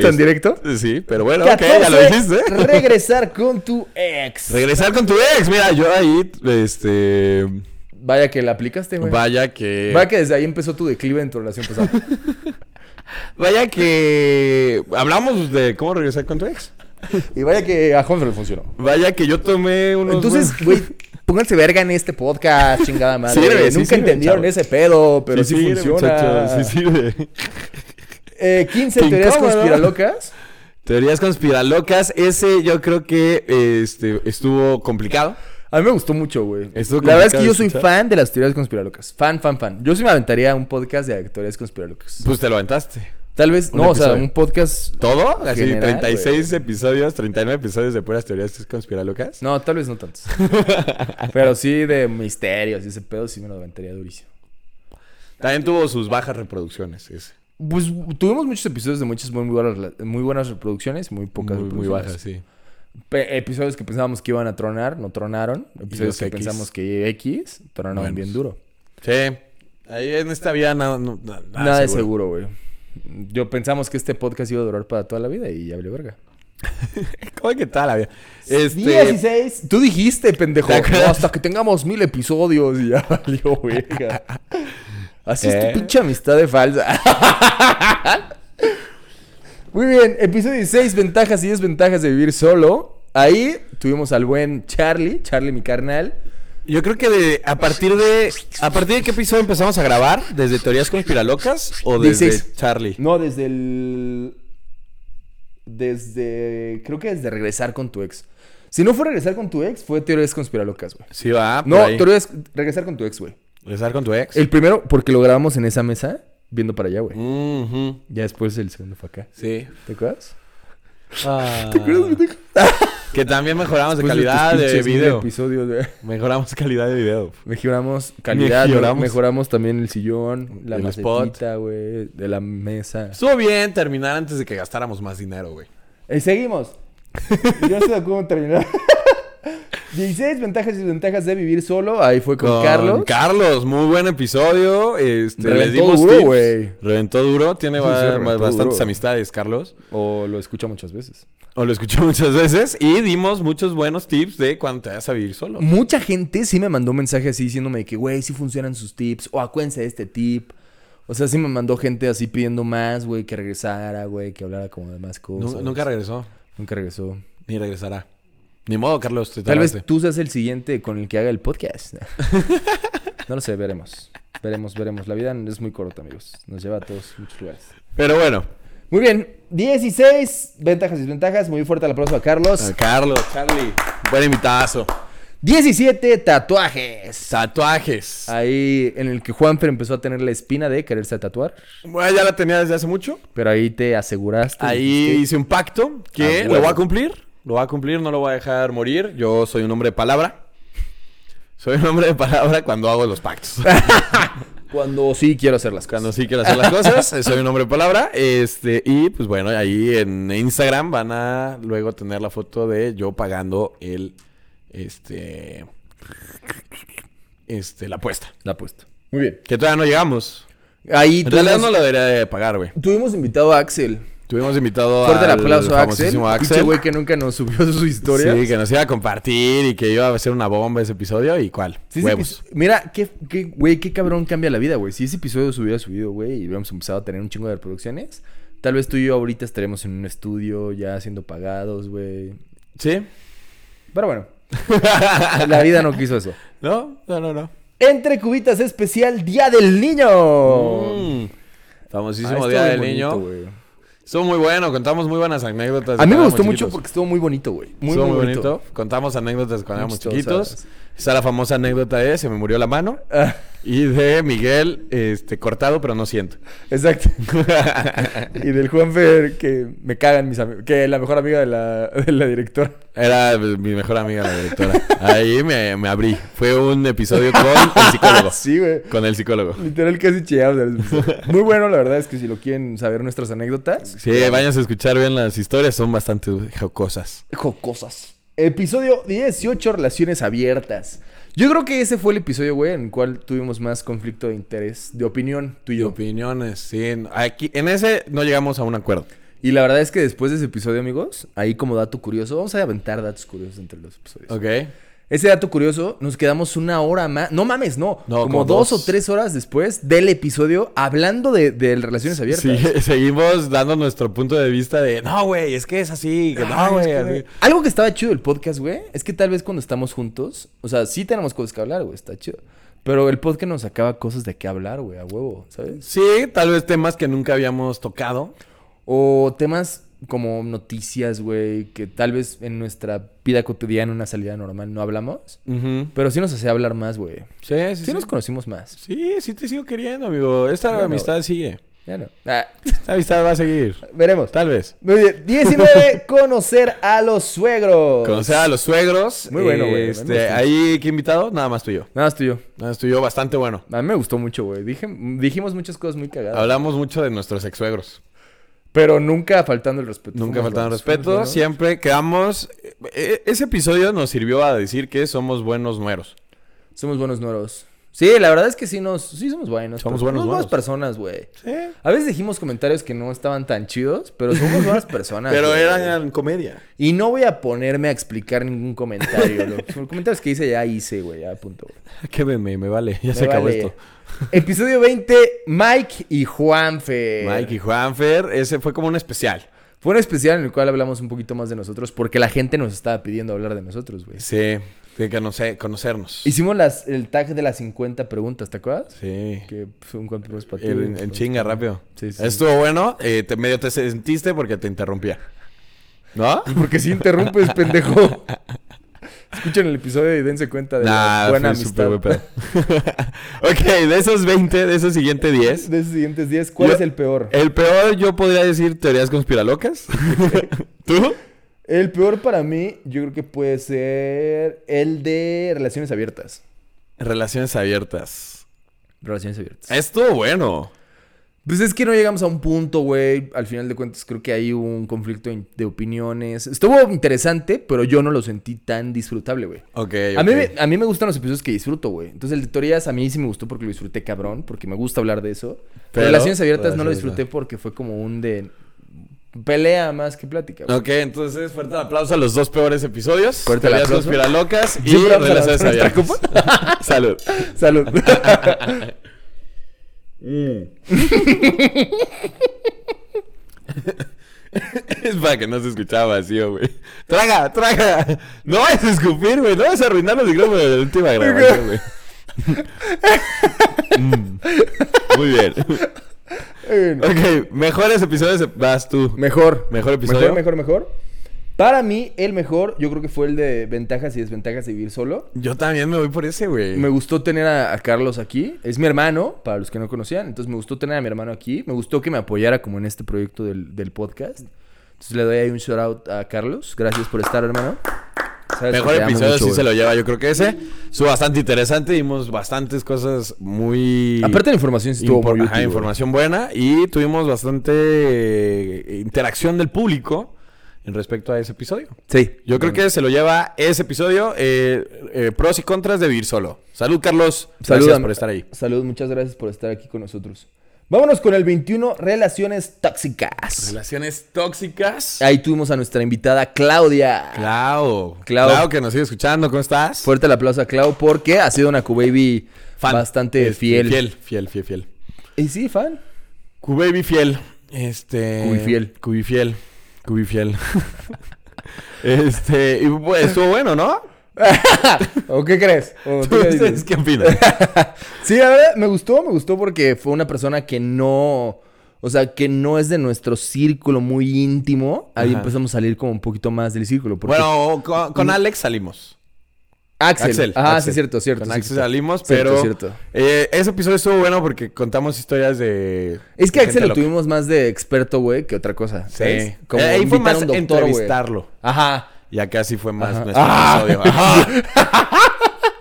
A: ¿Tan directo?
B: Sí, pero bueno, ok,
A: 14,
B: ya lo dijiste.
A: Regresar con tu ex.
B: Regresar con tu ex. Mira, yo ahí, este...
A: Vaya que la aplicaste, güey.
B: Vaya que...
A: Vaya que desde ahí empezó tu declive en tu relación pasada.
B: Vaya que... Hablamos de cómo regresar con tu ex.
A: y vaya que a Juanfer le funcionó.
B: Vaya que yo tomé unos...
A: Entonces, güey, pónganse verga en este podcast, chingada madre.
B: Sirve, sí
A: Nunca
B: sirve,
A: entendieron
B: chavos.
A: ese pedo, pero sí,
B: Sí sirve,
A: funciona.
B: muchachos, Sí sirve.
A: Eh, 15
B: Qué
A: teorías
B: incómodo.
A: conspiralocas.
B: Teorías conspiralocas. Ese yo creo que este, estuvo complicado.
A: A mí me gustó mucho, güey.
B: Estuvo
A: La verdad es
B: complicado
A: que yo soy
B: escuchar.
A: fan de las teorías conspiralocas. Fan, fan, fan. Yo sí me aventaría un podcast de teorías conspiralocas.
B: Pues te lo aventaste.
A: Tal vez,
B: Un
A: no, o sea,
B: episodio.
A: un podcast.
B: ¿Todo? Así,
A: General,
B: 36 episodios, 39 episodios de puras teorías conspiralocas.
A: No, tal vez no tantos. pero sí de misterios y ese pedo sí me lo aventaría durísimo.
B: También tuvo sus bajas reproducciones. ese.
A: Pues tuvimos muchos episodios de muchas muy buenas, muy buenas reproducciones, muy pocas
B: Muy, muy
A: reproducciones.
B: bajas, sí.
A: Pe- episodios que pensábamos que iban a tronar, no tronaron. Episodios
B: los
A: que
B: X. pues,
A: pensamos que X tronaron
B: Buenos.
A: bien duro.
B: Sí. Ahí en esta vida nada, no- na- nada
A: Nada de
B: seguro.
A: Ah, seguro, güey. Yo pensamos que este podcast iba a durar para toda la vida y ya valió verga.
B: ¿Cómo que tal la vida? Este,
A: 16. Tú dijiste, pendejo.
B: ¿Te acuerdas?
A: "No, hasta que tengamos mil episodios y ya valió verga. Así es
B: ¿Eh?
A: tu pinche amistad de falsa. Muy bien, episodio 16, ventajas y desventajas de vivir solo. Ahí tuvimos al buen Charlie, Charlie mi carnal.
B: Yo creo que de, a partir de... ¿A partir de qué episodio empezamos a grabar? ¿Desde teorías conspiralocas o desde
A: 16.
B: Charlie?
A: No, desde el. Desde. Creo que desde regresar con tu ex. Si no fue regresar con tu ex, fue teorías conspiralocas, güey.
B: Sí, va. por
A: No,
B: ahí.
A: teorías. Regresar con tu ex, güey.
B: ¿Regresar con tu ex?
A: El primero, porque lo grabamos en esa mesa, viendo para allá, güey.
B: Ujú,
A: Ya después el segundo fue acá.
B: Sí.
A: ¿Te acuerdas?
B: ¿Te acuerdas, pendejo? Ah. que también mejoramos de calidad de video.
A: Episodio, güey.
B: Mejoramos calidad de video.
A: Mejoramos calidad,
B: Mejoramos.
A: mejoramos. mejoramos también el sillón, la
B: El
A: macetita, güey, de la mesa.
B: Estuvo bien terminar antes de que gastáramos más dinero, güey.
A: Y Eh, seguimos. Yo no sé cómo terminar. 16 ventajas y desventajas de vivir solo. Ahí fue con, Carlos.
B: Carlos, muy buen episodio. Este,
A: Reventó
B: les dimos
A: duro,
B: tips.
A: güey.
B: Reventó duro. Tiene
A: Sí,
B: ba-
A: sí, reventó
B: bastantes
A: duro.
B: amistades, Carlos.
A: o lo escucha muchas veces.
B: O lo escuché muchas veces. Y dimos muchos buenos tips de cuando te vas a vivir solo.
A: Mucha gente sí me mandó un mensaje así diciéndome que, güey, sí funcionan sus tips. O acuérdense de este tip. O sea, sí me mandó gente así pidiendo más, güey, que regresara, güey, que hablara como de más
B: Nu-
A: cosas.
B: nunca regresó.
A: Nunca regresó.
B: Ni regresará. Ni modo, Carlos. te
A: Tal vez
B: tardaste.
A: tú seas el siguiente con el que haga el podcast. no lo sé, veremos. Veremos, veremos. La vida es muy corta, amigos. Nos lleva a todos muchos lugares.
B: Pero bueno.
A: Muy bien. 16 ventajas y desventajas. Muy fuerte el aplauso a Carlos.
B: Ah, Carlos, Charlie. Buen invitazo.
A: 17 tatuajes. Ah,
B: Tatuajes.
A: Ahí en el que Juanfer empezó a tener la espina de quererse tatuar.
B: Bueno, ya la tenía desde hace mucho.
A: Pero ahí te aseguraste.
B: Ahí hice un pacto que
A: Ah,
B: lo
A: huevo.
B: voy a cumplir. Lo voy a cumplir, no lo voy a dejar morir. Yo soy un hombre de palabra. Soy un hombre de palabra cuando hago los pactos.
A: Cuando sí quiero hacer las cosas.
B: cuando sí quiero hacer las cosas, eh, soy un hombre de palabra. Este, y pues bueno, ahí en Instagram van a luego tener la foto de yo pagando el este este la apuesta.
A: La apuesto. Muy bien.
B: Que todavía no llegamos.
A: Ahí
B: En realidad no
A: tuvimos,
B: la debería de pagar, güey.
A: tuvimos invitado a Axel.
B: Tuvimos invitado
A: Fuerte el
B: al
A: aplauso a Axel.
B: famosísimo
A: Pinche güey que nunca nos subió su historia.
B: Sí, que nos iba a compartir y que iba a ser una bomba ese episodio y cuál.
A: Sí, ese
B: Huevos.
A: episo- Mira, qué, qué- güey, qué cabrón cambia la vida, güey. Si ese episodio se hubiera subido, güey, y hubiéramos empezado a tener un chingo de reproducciones, tal vez tú y yo ahorita estaremos en un estudio ya siendo pagados, güey.
B: Sí.
A: Pero bueno, la vida no quiso eso.
B: No, no, no, no.
A: Entre cubitas especial, Día del Niño.
B: Mm.
A: Ah,
B: Famosísimo
A: estuvo
B: Día
A: bien
B: del
A: bonito,
B: Niño.
A: güey.
B: Estuvo muy bueno, contamos muy buenas anécdotas.
A: A mí me
B: cuando
A: gustó
B: éramos
A: mucho
B: chiquitos.
A: porque estuvo muy bonito, güey. Muy,
B: Estuvo
A: muy bonito.
B: Contamos anécdotas cuando éramos
A: Muy
B: chiquitos.
A: chistosas.
B: Está la famosa anécdota de se me murió la mano
A: Ah,
B: y de Miguel este cortado pero no siento.
A: exacto. y del Juanfer que me cagan mis amigos. Que la mejor amiga de la, de la directora.
B: Era pues, mi mejor amiga la directora. Ahí me, me abrí. Fue un episodio con el psicólogo.
A: sí, güey.
B: Con el psicólogo.
A: Literal casi chillamos. al episodio. Muy bueno, la verdad es que si lo quieren saber nuestras anécdotas.
B: Sí, vayas a escuchar bien las historias, son bastante jocosas.
A: Jocosas. Episodio 18, relaciones abiertas. Yo creo que ese fue el episodio, güey, en el cual tuvimos más conflicto de interés, de opinión, tú y
B: Y
A: yo.
B: opiniones, sí. en- Aquí, en ese no llegamos a un acuerdo.
A: Y la verdad es que después de ese episodio, amigos, ahí como dato curioso, vamos a aventar datos curiosos entre los episodios.
B: Ok.
A: Ese dato curioso, nos quedamos una hora más. No mames, no. como
B: No, como
A: dos,
B: dos.
A: o tres horas después del episodio hablando de, de relaciones abiertas.
B: Sí, seguimos dando nuestro punto de vista de, no, güey, es que Ah, es así, que no,
A: Ay,
B: güey.
A: es que,
B: así".
A: güey. Algo que estaba chido del podcast, güey, es que tal vez cuando estamos juntos, o sea, sí tenemos cosas que hablar, güey, está chido. Pero el podcast nos sacaba cosas de qué hablar, güey, a huevo, ¿sabes?
B: Sí, tal vez temas que nunca habíamos tocado.
A: O temas como noticias, güey, que tal vez en nuestra vida cotidiana, en una salida normal, no hablamos. Pero sí nos hacía hablar más, güey.
B: Sí, sí,
A: Sí,
B: sí.
A: nos conocimos más.
B: Sí, sí te sigo queriendo, amigo. Esta
A: Bueno,
B: amistad sigue.
A: Ya no. Ah,
B: Esta amistad va a seguir.
A: veremos.
B: Tal vez.
A: Muy bien. 19. conocer a los suegros.
B: Conocer a los suegros.
A: Muy bueno, güey. Me
B: Este,
A: gusta.
B: ahí, ¿qué invitado? Nada más tú y yo.
A: Nada más tú y yo.
B: Nada más tú y yo, bastante bueno.
A: A mí me gustó mucho, güey. Dije, dijimos muchas cosas muy cagadas.
B: Hablamos mucho de nuestros ex suegros.
A: Pero nunca faltando el respeto.
B: Nunca
A: Fuimos
B: faltaron
A: buenos,
B: respeto.
A: fuimos buenos.
B: Siempre quedamos. e- e- Ese episodio nos sirvió a decir que somos buenos nueros.
A: Somos buenos noros. Sí, la verdad es que sí nos... Sí somos buenos.
B: Somos
A: pero
B: buenos
A: buenas
B: noros.
A: personas, güey.
B: Sí.
A: A veces dijimos comentarios que no estaban tan chidos, pero somos buenas personas.
B: Pero
A: güey.
B: eran comedia.
A: Y no voy a ponerme a explicar ningún comentario. Los comentarios que hice ya hice, güey. Ya punto. güey.
B: Que me, me, me vale. Ya
A: Me
B: se acabó
A: vale.
B: esto.
A: Episodio 20, Mike y Juanfe.
B: Mike y Juanfer, ese fue como un especial.
A: Fue un especial en el cual hablamos un poquito más de nosotros porque la gente nos estaba pidiendo hablar de nosotros, güey.
B: Sí. De conocer- conocernos.
A: Hicimos las, el tag de las 50 preguntas, ¿te acuerdas?
B: Sí.
A: Que pues, un compromiso para ti.
B: El-
A: güey,
B: En,
A: pues,
B: chinga, rápido.
A: Sí, sí.
B: Estuvo bueno. eh, te, medio te sentiste porque te interrumpía. ¿No?
A: Porque si interrumpes, pendejo. Escuchen el episodio y dense cuenta de
B: Nah,
A: la buena
B: fue
A: amistad.
B: súper buen pedo. ok, de esos 20, de esos siguientes 10.
A: De esos siguientes 10, ¿cuál
B: Yo- Eh.
A: es el peor?
B: El peor yo podría decir teorías conspiralocas. ¿Tú?
A: El peor para mí, yo creo que puede ser el de relaciones abiertas.
B: Relaciones abiertas.
A: Relaciones abiertas.
B: Estuvo bueno.
A: Pues es que no llegamos a un punto, güey. Al final de cuentas, creo que hay un conflicto in- de opiniones. Estuvo interesante, pero yo no lo sentí tan disfrutable, güey.
B: Ok,
A: A mí,
B: ok.
A: me- a mí me gustan los episodios que disfruto, güey. Entonces, el de teorías a mí sí me gustó porque lo disfruté cabrón, porque me gusta hablar de eso.
B: Pero-
A: Pero, relaciones abiertas no lo
B: Relaciones
A: disfruté porque fue como un de pelea más que plática. güey.
B: Ok, entonces fuerte el aplauso a los dos peores episodios.
A: Fuerte el
B: teorías
A: aplauso.
B: conspiralocas y
A: Siempre vamos a
B: relaciones
A: lanzar
B: abiertas.
A: nuestra
B: Salud.
A: Salud.
B: Eh. es para que no se escuchaba vacío, güey. Traga, traga. No vayas a escupir, güey. No vayas a arruinar los micrófonos de la última grabación, güey. Mm. Muy bien.
A: Bueno.
B: Ok, mejores episodios vas tú.
A: Mejor.
B: Mejor episodio.
A: Mejor, mejor, mejor. Para mí, el mejor, yo creo que fue el de ventajas y desventajas de vivir solo.
B: Yo también me voy por ese, güey.
A: Me gustó tener a, a Carlos aquí. Es mi hermano, para los que no conocían. Entonces, me gustó tener a mi hermano aquí. Me gustó que me apoyara como en este proyecto del, del podcast. Entonces, le doy ahí un shout out a Carlos. Gracias por estar, hermano. Sabes que
B: Mejor
A: te amo
B: episodio
A: mucho,
B: sí
A: güey.
B: se lo lleva, yo creo que ese. Estuvo bastante interesante, vimos bastantes cosas muy...
A: Aparte, la información sí estuvo
B: Impor-
A: muy útil,
B: ajá,
A: güey.
B: información buena y tuvimos bastante eh, interacción del público en respecto a ese episodio.
A: Sí.
B: Yo creo que se lo lleva ese episodio, eh, eh, pros y contras de vivir solo. Salud, Carlos. Gracias
A: Saludan-
B: por estar ahí.
A: Salud, muchas gracias por estar aquí con nosotros. Vámonos con el 21, relaciones tóxicas.
B: Relaciones tóxicas.
A: Ahí tuvimos a nuestra invitada Claudia.
B: Clau. Clau.
A: Clau.
B: que nos sigue escuchando. ¿Cómo estás?
A: Fuerte el aplauso a Clau porque ha sido una Q-Baby
B: Fan.
A: bastante
B: Este,
A: fiel.
B: Fiel, fiel, fiel, fiel.
A: Y sí, fan.
B: Cubaby fiel. Este.
A: Cubifiel.
B: Cubifiel. Cubifiel. este. Y pues, estuvo bueno, ¿no?
A: ¿O qué crees? ¿O tú qué
B: ¿Ustedes
A: dices?
B: qué opinan?
A: sí, la verdad, me gustó, me gustó porque fue una persona que no... O sea, que no es de nuestro círculo muy íntimo. Ahí
B: Ajá.
A: empezamos a salir como un poquito más del círculo. Porque
B: Bueno, con, con Alex salimos.
A: Axel.
B: Axel.
A: Ah,
B: Axel.
A: sí, cierto, cierto.
B: Con
A: sí,
B: Axel
A: cierto.
B: salimos,
A: Cierto,
B: pero.
A: cierto.
B: eh, ese episodio estuvo bueno porque contamos historias de.
A: Es que
B: de gente
A: Axel lo
B: loca.
A: tuvimos más de experto, güey, que otra cosa. ¿sabes?
B: Sí. Eh, ahí fue
A: invitar a
B: más
A: un doctor, güey.
B: entrevistarlo.
A: Ajá.
B: Y acá sí fue más
A: Ajá.
B: nuestro
A: Ah.
B: episodio. Ajá.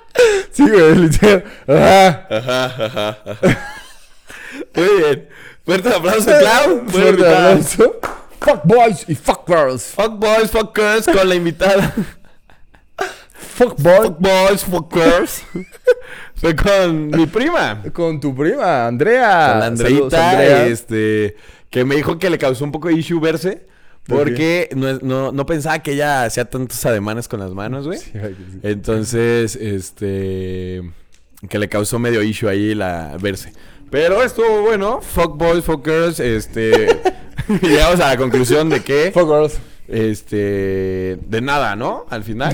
A: Sí, güey, literal. Ajá.
B: Ajá, ajá, ajá. Muy bien. Fuerte aplauso, Clau. Muy
A: Fuerte
B: invitada.
A: aplauso. Fuck boys y fuck girls.
B: Fuck boys, fuck girls con la invitada.
A: Fuck boy.
B: Fuck boys, fuck girls. Fue con mi prima.
A: Con tu prima, Andrea.
B: con la
A: Saludos,
B: Andreita,
A: Andrea.
B: este, que me dijo que le causó un poco de issue verse. Porque no, es- no, no pensaba que ella hacía tantos ademanes con las manos, güey. Entonces, este. Que le causó medio issue ahí la verse. Pero estuvo bueno. Fuck boys, fuck girls. Este. llegamos a la conclusión de que.
A: Fuck girls.
B: Este. De nada, ¿no? Al final.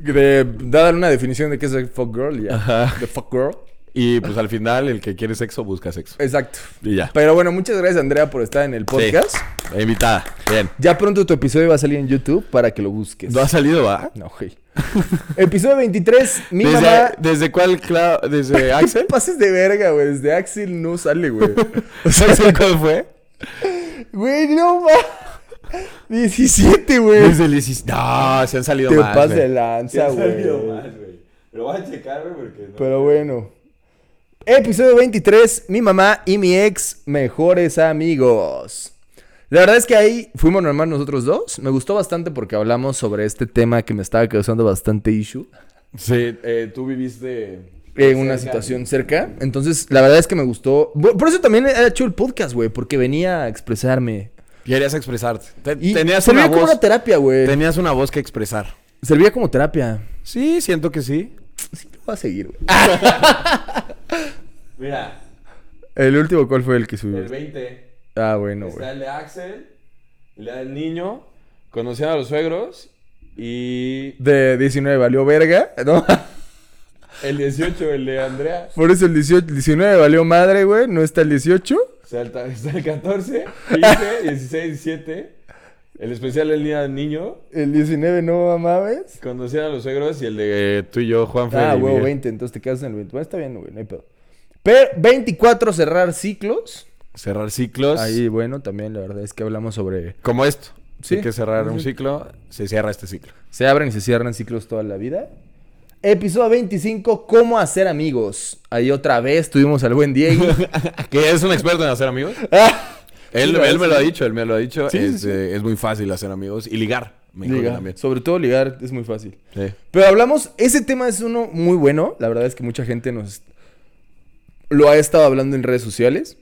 A: De, dar una definición de qué es el fuck girl, ya.
B: Ajá.
A: The fuck girl.
B: y pues al final, el que quiere sexo busca sexo.
A: Exacto.
B: Y ya.
A: Pero bueno, muchas gracias, Andrea, por estar en el podcast.
B: Invitada. Bien.
A: Ya pronto tu episodio va a salir en YouTube para que lo busques.
B: No ha salido, ¿va?
A: No, güey. Episodio 23, mi
B: ¿Desde,
A: mamá.
B: ¿Desde cuál cla- ¿Desde Axel?
A: Pases de verga, güey. Desde Axel no sale, güey.
B: ¿Axel cuál fue?
A: Güey, no va. 17, güey.
B: Desde el 16. No, se han salido
A: Te
B: más.
A: pasas
B: güey.
A: de lanza, güey.
B: güey. Lo voy a checar, güey, porque no.
A: Pero bueno. Episodio 23, mi mamá y mi ex mejores amigos. La verdad es que ahí fuimos normal nosotros dos. Me gustó bastante porque hablamos sobre este tema que me estaba causando bastante issue.
B: Sí, eh, tú viviste.
A: En una
B: cerca.
A: situación cerca. Entonces, la verdad es que me gustó. Bu- Por eso también he hecho el podcast, güey. Porque venía a expresarme.
B: Querías expresarte. Te-
A: Y
B: tenías
A: servía
B: una
A: como
B: voz.
A: una terapia, güey.
B: Tenías una voz que expresar.
A: Servía como terapia.
B: Sí, siento que sí.
A: Sí, lo voy a seguir, güey.
B: Mira,
A: ¿El último cuál fue el que subió?
B: 20
A: Ah, bueno, güey.
B: el de Axel, el del niño, conociendo a los suegros y
A: De 19 valió verga, ¿no?
B: el 18, el de Andrea.
A: Por eso el 18, el 19 valió madre, güey. No está el 18.
B: O sea, está, está el 14, 15, 16, 17. El especial del día del niño,
A: El 19, no mames.
B: conducir a los suegros y el de eh, tú y yo, Juan
A: Ah, huevo, 20, entonces te quedas en el 20. Bueno, está bien, güey, no hay pedo. Pero 24, cerrar ciclos.
B: Cerrar ciclos.
A: Ahí, bueno, también la verdad es que hablamos sobre...
B: Como esto.
A: Sí.
B: Hay que cerrar un ciclo, se cierra este ciclo.
A: Se abren y se cierran ciclos toda la vida. Episodio 25, cómo hacer amigos. Ahí otra vez tuvimos al buen Diego. Ah,
B: que es un experto en hacer amigos. Él, él me lo ha dicho, él me lo ha dicho. es, eh, es muy fácil hacer amigos y ligar. Me dijo que
A: Ligar.
B: también.
A: Sobre todo ligar, es muy fácil.
B: Sí.
A: Pero hablamos, ese tema es uno muy bueno. La verdad es que mucha gente nos lo ha estado hablando en redes sociales.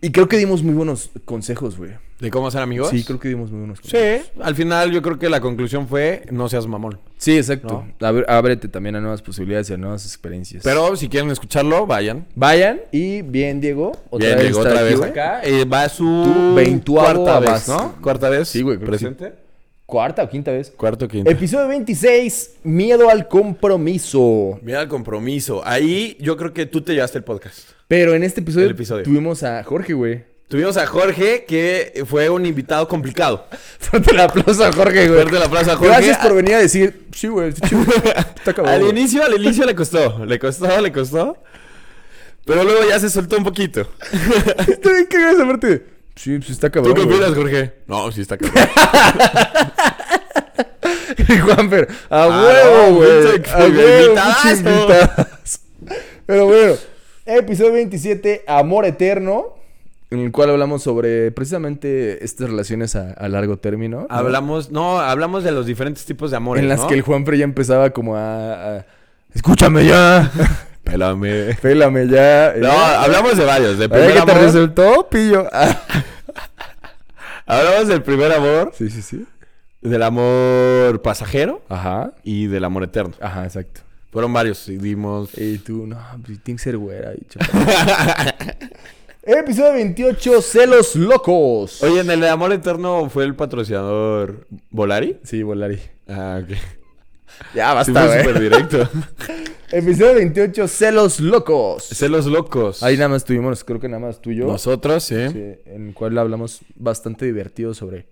A: Y creo que dimos muy buenos consejos, güey.
B: ¿De cómo hacer amigos?
A: Sí, creo que dimos muy buenos consejos.
B: Sí, al final yo creo que la conclusión fue no seas mamón.
A: Sí, exacto. Abre- ábrete también a nuevas posibilidades y a nuevas experiencias.
B: Pero si quieren escucharlo, vayan.
A: vayan y bien, Diego. Otra
B: Bien,
A: vez
B: llegó
A: estar
B: otra
A: aquí,
B: vez
A: güey.
B: acá. Eh, va su
A: Tu veintuavo
B: cuarta vez,
A: abas-
B: ¿no? Cuarta vez.
A: Sí, güey, creo que sí.
B: Presente.
A: Cuarta o quinta vez.
B: Cuarto, quinto.
A: Episodio 26, miedo al compromiso.
B: Mira el compromiso. Ahí yo creo que tú te llevaste el podcast.
A: Pero en este episodio,
B: El episodio.
A: tuvimos a Jorge, güey.
B: Tuvimos a Jorge, que fue un invitado complicado.
A: Fuerte el aplauso a Jorge, güey.
B: Fuerte el aplauso a Jorge.
A: Gracias por venir a decir, sí, güey, sí, güey, está cabrón,
B: Al
A: güey".
B: inicio, al inicio le costó. Le costó, le costó. Pero luego ya se soltó un poquito.
A: Está bien cagado esa parte de, Sí, pues está
B: ¿Tú
A: cabrón,
B: qué
A: güey".
B: opinas, Jorge? No, sí está cabrón.
A: Y Juanfer, a
B: Ah,
A: huevo,
B: no,
A: güey.
B: pinche
A: A huevo,
B: invitadazo.
A: pinche invitadazo. Pero bueno, episodio 27, Amor Eterno. En el cual hablamos sobre precisamente estas relaciones a, a largo término. ¿no?
B: hablamos, no, hablamos de los diferentes tipos de amores,
A: En las
B: ¿no?
A: que el Juanfer ya empezaba como a... a, Escúchame ya.
B: Pélame.
A: Pélame ya.
B: No, hablamos de varios. De
A: A ver
B: primer
A: qué te
B: amor.
A: resultó, pillo. Ah.
B: Hablamos del primer amor,
A: Sí, sí, sí.
B: del amor pasajero
A: Ajá.
B: y del amor eterno.
A: Ajá, exacto.
B: Fueron varios y dimos...
A: Y tú, no, pues, tiene que ser güera. y chaparra. Episodio 28, celos locos.
B: Oye, en el de amor eterno fue el patrocinador Volari.
A: Sí, Volari.
B: Ah, ok.
A: Ya
B: Sí,
A: basta,
B: fue
A: güey.
B: súper directo.
A: Episodio 28, celos locos.
B: Celos locos.
A: Ahí nada más tuvimos, creo que nada más tú y yo.
B: Nosotros, ¿eh? sí.
A: sí, en el cual hablamos bastante divertido sobre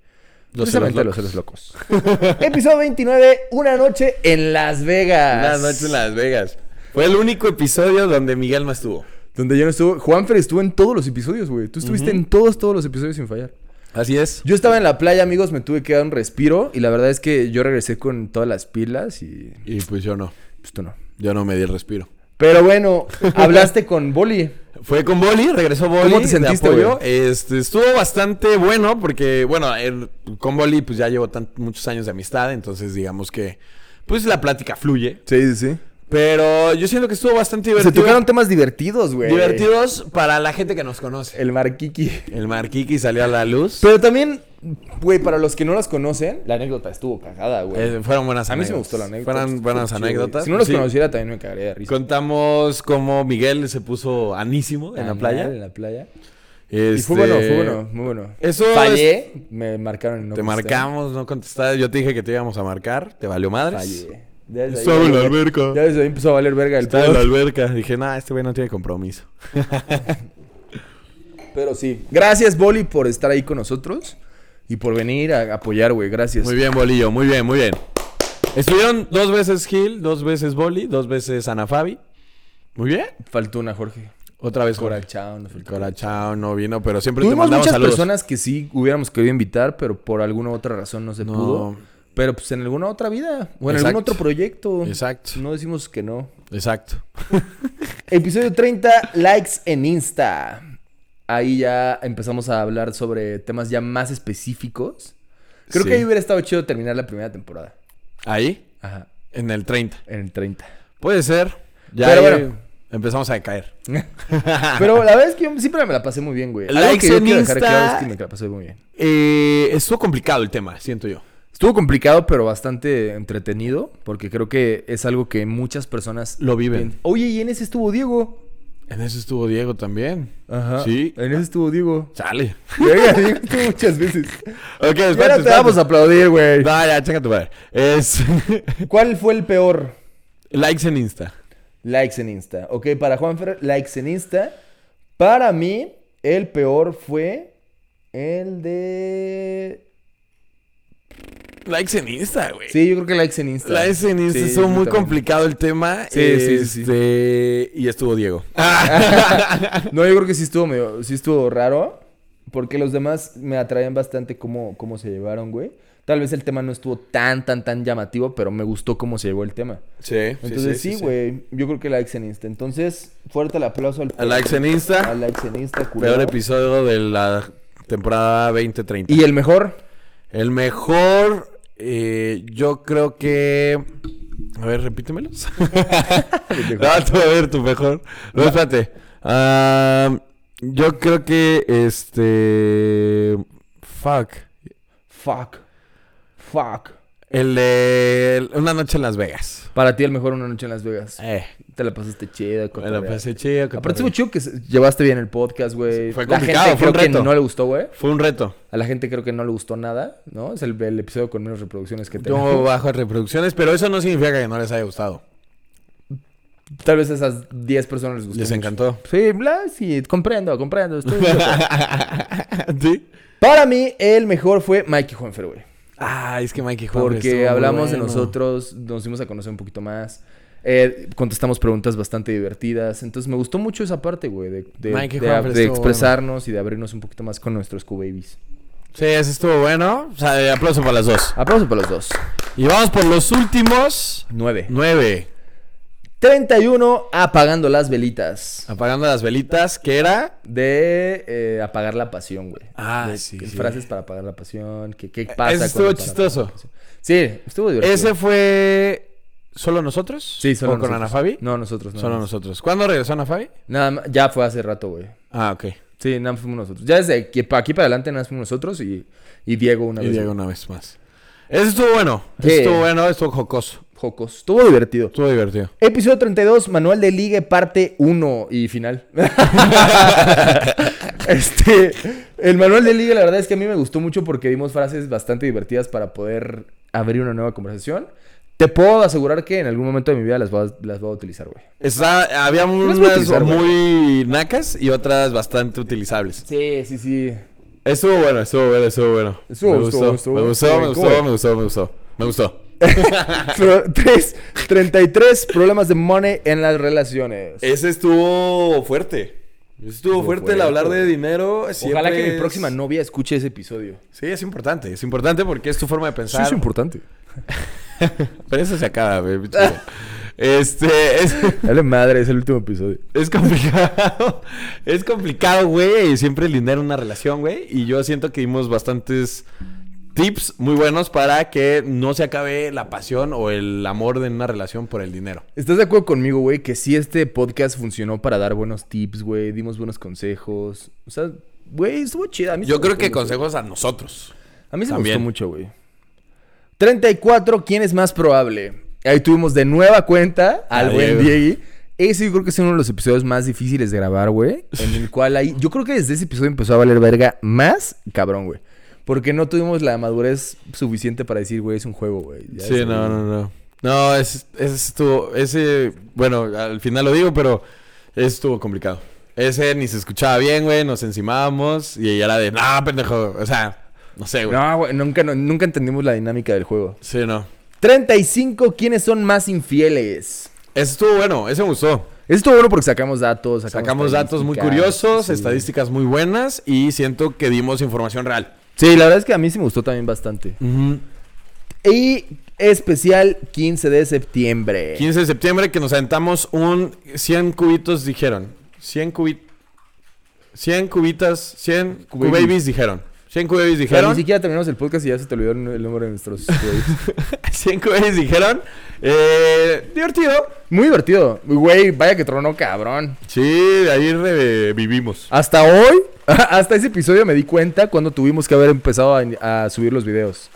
B: Los celos
A: precisamente
B: locos.
A: los locos. Episodio 29, una noche en Las Vegas.
B: Una noche en Las Vegas. Fue el único episodio donde Miguel no estuvo.
A: Donde yo no estuve. Juanfer estuvo en todos los episodios, güey. Tú estuviste en todos, todos los episodios sin fallar.
B: Así es.
A: Yo estaba en la playa, amigos, me tuve que dar un respiro. Y la verdad es que yo regresé con todas las pilas y.
B: Y pues yo no.
A: Pues tú no.
B: Yo no me di el respiro.
A: Pero bueno, hablaste con Boli.
B: Fue con Boli, regresó Boli.
A: ¿Cómo te
B: de
A: sentiste,
B: apoyo. Este, estuvo bastante bueno porque, bueno, el- con Boli pues ya llevo tan- muchos años de amistad, entonces digamos que pues la plática fluye.
A: Sí, sí, sí.
B: Pero yo siento que estuvo bastante
A: Se
B: divertido.
A: tocaron temas divertidos, güey.
B: divertidos para la gente que nos conoce.
A: El Marquiqui.
B: El Marquiqui salió a la luz.
A: Pero también, güey, para los que no las conocen, la anécdota estuvo cagada, güey.
B: Eh, fueron buenas anécdotas.
A: A mí sí me gustó la anécdota.
B: Fueron
A: Estuvo
B: buenas
A: chido, güey.
B: anécdotas.
A: Si no los
B: Sí.
A: conociera, también me cagaría de risa.
B: Contamos cómo Miguel se puso anísimo en la
A: En
B: playa.
A: la playa.
B: Este,
A: Ah, Y fue bueno, fue bueno, muy bueno.
B: Eso
A: Fallé, me marcaron en no pues,
B: Te
A: contestar.
B: marcamos, no contestaste. Yo te dije que te íbamos a marcar. Te valió madres.
A: Fallé. Ya desde ahí
B: Estaba en la
A: valió-
B: alberca.
A: Ya desde ahí empezó a valer verga el
B: Estaba en
A: pedo.
B: la alberca. Dije, nada, este güey no tiene compromiso.
A: Pero sí. Gracias, Boli, por estar ahí con nosotros y por venir a apoyar, güey. Gracias.
B: Muy bien, Bolillo. Muy bien, muy bien. Estuvieron dos veces Gil, dos veces Boli, dos veces Ana Fabi. Muy bien.
A: Faltó una, Jorge.
B: Otra vez Jorge.
A: Corachao, no faltó.
B: Corachao no vino, pero siempre te
A: Tuvimos
B: mandamos
A: muchas
B: saludos.
A: personas que sí hubiéramos querido invitar, pero por alguna otra razón no se
B: No.
A: pudo. Pero pues en alguna otra vida o en algún
B: Exacto.
A: otro proyecto.
B: Exacto,
A: No decimos que no.
B: exacto.
A: Episodio 30, likes en Insta. Ahí ya empezamos a hablar sobre temas ya más específicos. Creo
B: Sí.
A: que ahí hubiera estado chido terminar la primera temporada.
B: Ahí,
A: Ajá,
B: en el 30.
A: en el 30.
B: Puede ser. Ya
A: Pero
B: ahí
A: bueno.
B: empezamos a decaer.
A: Pero la verdad es que yo siempre me la pasé muy bien, güey. Algo
B: Likes
A: que yo
B: en
A: quiero dejar
B: Insta.
A: claro es que me la pasé muy bien.
B: Eh, estuvo complicado el tema, siento yo.
A: Estuvo complicado, pero bastante entretenido, porque creo que es algo que muchas personas
B: Lo viven.
A: ven. Oye, y en ese estuvo Diego.
B: En eso estuvo Diego también.
A: Ajá.
B: Sí.
A: En ese estuvo Diego.
B: Sale.
A: Verga, Diego estuvo muchas veces.
B: Ok,
A: Y ahora te vamos a aplaudir, güey.
B: No, ya, chécate, padre. Es.
A: ¿Cuál fue el peor?
B: likes en Insta.
A: Likes en Insta. Ok, para Juanfer, likes en Insta. Para mí, el peor fue el de
B: likes en Insta, güey.
A: Sí, yo creo que likes en Insta.
B: Likes en Insta
A: Sí,
B: estuvo
A: yo
B: muy
A: también.
B: complicado el tema.
A: Sí, sí, Ah, sí,
B: este, Y estuvo Diego.
A: No, yo creo que sí estuvo medio, sí estuvo raro. Porque los demás me atraían bastante cómo, cómo se llevaron, güey. Tal vez el tema no estuvo tan, tan, tan llamativo, pero me gustó cómo se llevó el tema.
B: Sí,
A: Entonces sí, güey. Yo creo que likes en Insta. Entonces, fuerte el aplauso al
B: A Likes en Insta.
A: a likes en Insta, culero.
B: Peor episodio de la temporada 2030.
A: Y el mejor,
B: El mejor, eh, yo creo que. A ver, repítemelos. no, tú, a ver, tu mejor. No, espérate. Ah, yo creo que este. Fuck.
A: fuck. Fuck.
B: El de Una Noche en Las Vegas.
A: Para ti el mejor una noche en Las Vegas.
B: Eh,
A: Te la pasaste chida,
B: me la
A: cotorreaste.
B: pasé pues, chido.
A: Aparte estuvo chido que se- llevaste bien el podcast, güey.
B: Fue
A: La
B: complicado,
A: gente
B: fue un
A: creo que
B: reto.
A: no le gustó, güey.
B: Fue un reto.
A: A la gente creo que no le gustó nada, ¿no? Es el, el episodio con menos reproducciones que tengo.
B: Yo bajo reproducciones, pero eso no significa que no les haya gustado.
A: Tal vez a esas 10 personas les gustó.
B: Les
A: mucho.
B: encantó.
A: Sí, bla, sí, comprendo, comprendo. estoy de acuerdo.
B: ¿Sí?
A: Para mí, el mejor fue Mikey Juanfer, güey.
B: Ah, es que Mikey Juan
A: Porque hablamos de nosotros, nos dimos a conocer un poquito más. eh, contestamos preguntas bastante divertidas. Entonces me gustó mucho esa parte, güey, de, de-
B: Mikey
A: de-
B: Juanfer
A: de
B: estuvo
A: expresarnos y de abrirnos un poquito más con nuestros Q-Babies.
B: Sí, eso estuvo bueno. O sea, eh, aplauso para las dos.
A: Aplauso para los dos.
B: Y vamos por los últimos
A: 9.
B: nueve.
A: 31, apagando las velitas.
B: Apagando las velitas, que era.
A: De eh, apagar la pasión, güey.
B: Ah,
A: De-
B: sí,
A: que-
B: sí.
A: Frases para apagar la pasión. que- ¿Qué pasa?
B: Ese estuvo
A: cuando para apagar la
B: chistoso.
A: pasión? Sí, estuvo divertido.
B: Ese fue. ¿Solo nosotros?
A: Sí, solo
B: ¿O con
A: nosotros.
B: Ana Fabi?
A: No, nosotros no.
B: Solo nosotros. ¿Cuándo regresó Ana Fabi?
A: Nada más- ya fue hace rato, güey.
B: Ah, ok.
A: Sí, nada más fuimos nosotros. Ya desde aquí, pa- aquí para adelante nada más fuimos nosotros y, y Diego una
B: Y
A: vez.
B: Diego una vez más. Ese estuvo bueno.
A: Sí.
B: Ese Estuvo bueno, estuvo jocoso.
A: Jocos. Estuvo divertido.
B: Estuvo divertido.
A: Episodio 32, Manual de Ligue, parte 1 y final. este, el Manual de Ligue, la verdad es que a mí me gustó mucho porque dimos frases bastante divertidas para poder abrir una nueva conversación. Te puedo asegurar que en algún momento de mi vida las voy a, las voy a utilizar, güey.
B: Está, había
A: las
B: unas
A: voy a utilizar, güey.
B: muy nacas y otras bastante utilizables.
A: Sí, sí, sí.
B: Estuvo bueno, estuvo bueno, estuvo bueno.
A: Estuvo,
B: me,
A: estuvo,
B: gustó,
A: estuvo.
B: me gustó,
A: Estuvo
B: me
A: bien,
B: gustó,
A: ¿cómo?
B: me gustó, me gustó, me gustó.
A: 3, 33 problemas de money en las relaciones.
B: Ese estuvo fuerte. Estuvo, fuerte el
A: fuerte,
B: hablar de
A: güey.
B: dinero.
A: Ojalá
B: siempre
A: que mi
B: es-
A: próxima novia escuche ese episodio.
B: Sí, es importante. Es importante porque es tu forma de
A: Sí,
B: pensar.
A: es importante.
B: Pero eso se acaba, güey, bicho. Este, es,
A: Dale madre, es el último episodio.
B: es complicado. Es complicado, güey. Siempre el dinero en una relación, güey. Y yo siento que dimos bastantes tips muy buenos para que no se acabe la pasión o el amor de una relación por el dinero.
A: ¿Estás de acuerdo conmigo, güey? Que sí este podcast funcionó para dar buenos tips, güey. Dimos buenos consejos. O sea, güey, estuvo chida. A mí
B: Yo
A: se
B: creo
A: me
B: que
A: gustó mucho.
B: consejos a nosotros.
A: A mí se
B: también.
A: me gustó mucho, güey. 34, ¿quién es más probable? Ahí tuvimos de nueva cuenta al
B: A
A: buen
B: Diego.
A: Diego. Ese yo creo que es uno de los episodios más difíciles de grabar, güey. En el cual ahí... Yo creo que desde ese episodio empezó a valer verga más cabrón, güey. Porque no tuvimos la madurez suficiente para decir, güey, es un juego, güey. Ya
B: Sí,
A: es-
B: no, no, no. No, es- ese estuvo, ese, bueno, al final lo digo, pero ese estuvo complicado. Ese ni se escuchaba bien, güey, nos encimábamos y ella era de, no, pendejo, o sea, no sé, güey.
A: No, güey, nunca, no- nunca entendimos la dinámica del juego.
B: Sí, no.
A: 35, ¿quiénes son más infieles?
B: Ese estuvo bueno, ese me gustó.
A: Esto bueno porque sacamos datos.
B: Sacamos datos muy
A: estadísticas,
B: curiosos,
A: sí.
B: estadísticas muy buenas y siento que dimos información real.
A: Sí, la verdad es que a mí sí me gustó también bastante. Y especial 15 de septiembre.
B: 15 de septiembre que nos aventamos un 100 cubitos, dijeron. 100 cubitos. 100 cubitas, 100
A: Cubabies.
B: cubabies dijeron. 100 cubabies
A: O sea,
B: dijeron.
A: ni siquiera terminamos el podcast y ya se te olvidó el nombre de nuestros güeyes.
B: 100 cubabies dijeron. Eh, divertido.
A: Muy divertido. Güey, vaya que tronó cabrón.
B: Sí, de ahí revivimos.
A: Hasta hoy, hasta ese episodio me di cuenta cuando tuvimos que haber empezado a, a subir los videos.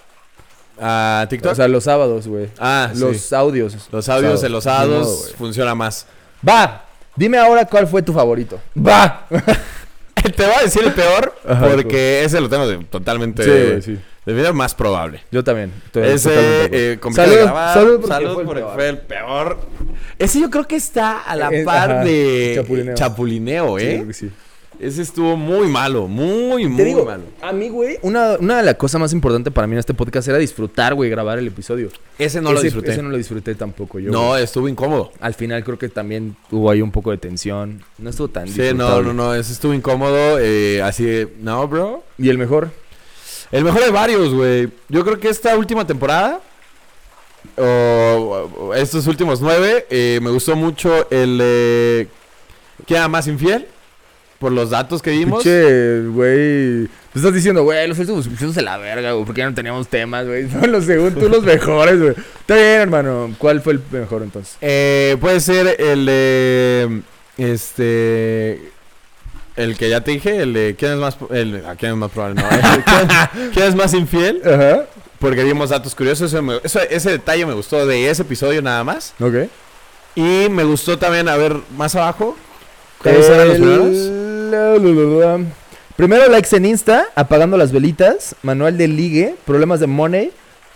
B: A TikTok.
A: O sea, los sábados, güey.
B: ah, sí.
A: los audios.
B: Los audios de
A: Sábados.
B: los
A: Ni
B: hados
A: modo, güey.
B: funciona más.
A: Va. Dime ahora cuál fue tu favorito. Va.
B: Te voy a decir el peor
A: Ajá,
B: porque ese lo tengo de- totalmente.
A: Sí,
B: de-
A: sí.
B: De vida más probable.
A: Yo también. Estoy totalmente de acuerdo.
B: Ese eh, complicado
A: salud,
B: de grabar.
A: Salud porque
B: Salud
A: fue el
B: porque
A: peor.
B: fue el peor. Ese yo creo que está a la
A: Eh,
B: par
A: ajá,
B: de
A: Chapulineo.
B: Chapulineo,
A: Sí,
B: ¿eh?
A: creo que sí.
B: Ese estuvo muy malo, muy, muy
A: Te digo,
B: malo.
A: a mí, güey, una, una de las cosas más importantes para mí en este podcast era disfrutar, güey, grabar el episodio.
B: Ese no lo
A: Ese-
B: disfruté.
A: Ese no lo disfruté tampoco yo.
B: no,
A: güey.
B: estuvo incómodo.
A: Al final creo que también hubo ahí un poco de tensión. No estuvo tan
B: Sí, no,
A: disfrutable.
B: no, no, ese estuvo incómodo. eh, así de, no, bro.
A: ¿Y el mejor?
B: El mejor de varios, güey. Yo creo que esta última temporada, o, o estos últimos nueve, eh, me gustó mucho el eh, ¿Qué ama más infiel? Por los datos que dimos.
A: Pinche, güey. Tú estás diciendo, güey, los últimos episodios de la verga, güey, porque ya no teníamos temas, güey. No, los según tú los mejores, güey. Está bien, hermano. ¿Cuál fue el mejor entonces?
B: Eh, puede ser el de. Este. El que ya te dije, el de. ¿Quién es más, pro- el, ah, ¿quién es más probable? No, el- ¿quién, quién es más infiel?
A: Ajá.
B: Porque vimos datos curiosos. Eso me- eso- ese detalle me gustó de ese episodio nada más.
A: Ok.
B: Y me gustó también, a ver, más abajo. ¿Cuáles eran los primeros?
A: primeros? Primero likes en Insta, apagando las velitas, manual de ligue, problemas de money,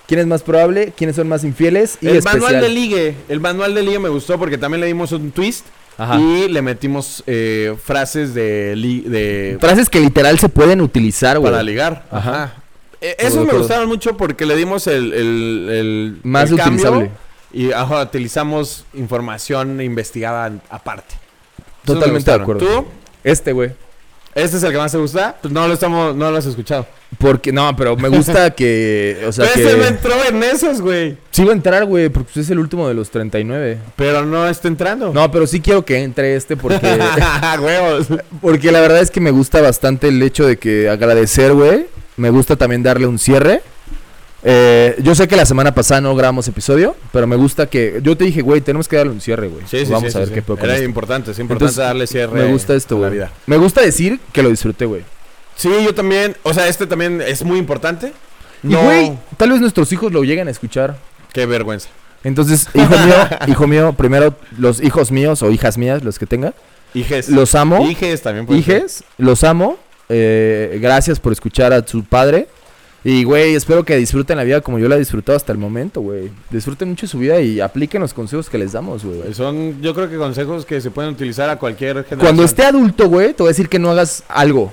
A: quién es más probable, quiénes son más infieles y
B: el
A: especial.
B: manual de ligue. El manual de ligue me gustó porque también le dimos un twist.
A: Ajá.
B: Y le metimos eh, frases de, li- de
A: Frases que literal se pueden utilizar, güey.
B: para ligar.
A: Ajá.
B: Eh,
A: Como
B: esos me
A: todo.
B: gustaron mucho porque le dimos el, el- el-
A: Más
B: el cambio
A: utilizable.
B: y ajá, utilizamos información investigada an- aparte. Esos me
A: Totalmente de
B: gustaron.
A: acuerdo.
B: ¿Tú?
A: Este, güey.
B: ¿Este es el que más te gusta? Pues no lo estamos, no lo has escuchado.
A: Porque, no, pero me gusta que, o sea,
B: Pero
A: que...
B: este no entró en esos, güey.
A: Sí va a entrar, güey, porque pues, es el último de los 39.
B: Pero no está entrando.
A: No, pero sí quiero que entre este porque...
B: Huevos.
A: porque la verdad es que me gusta bastante el hecho de que agradecer, güey. Me gusta también darle un cierre. Eh, yo sé que la semana pasada no grabamos episodio, pero me gusta que... Yo te dije, güey, tenemos que darle un cierre, güey.
B: Sí, sí,
A: Pues Vamos
B: sí,
A: a ver
B: sí,
A: qué
B: sí.
A: puedo con
B: Era
A: esto.
B: importante, es importante
A: Entonces,
B: darle cierre.
A: Me gusta esto,
B: a la
A: güey.
B: vida.
A: Me gusta decir que lo disfruté, güey.
B: Sí, yo también. O sea, este también es muy importante.
A: Y, güey, tal vez nuestros hijos lo lleguen a escuchar.
B: Qué vergüenza.
A: Entonces, hijo mío, hijo mío, primero los hijos míos o hijas mías, los que tenga,
B: Hijes.
A: los amo.
B: Hijes también puede ser.
A: Hijes, los amo. eh, gracias por escuchar a su padre. Y, güey, espero que disfruten la vida como yo la he disfrutado hasta el momento, güey. Disfruten mucho su vida y apliquen los consejos que les damos, güey.
B: Son, yo creo que consejos que se pueden utilizar a cualquier generación.
A: Cuando esté adulto, güey, te voy a decir que no hagas algo.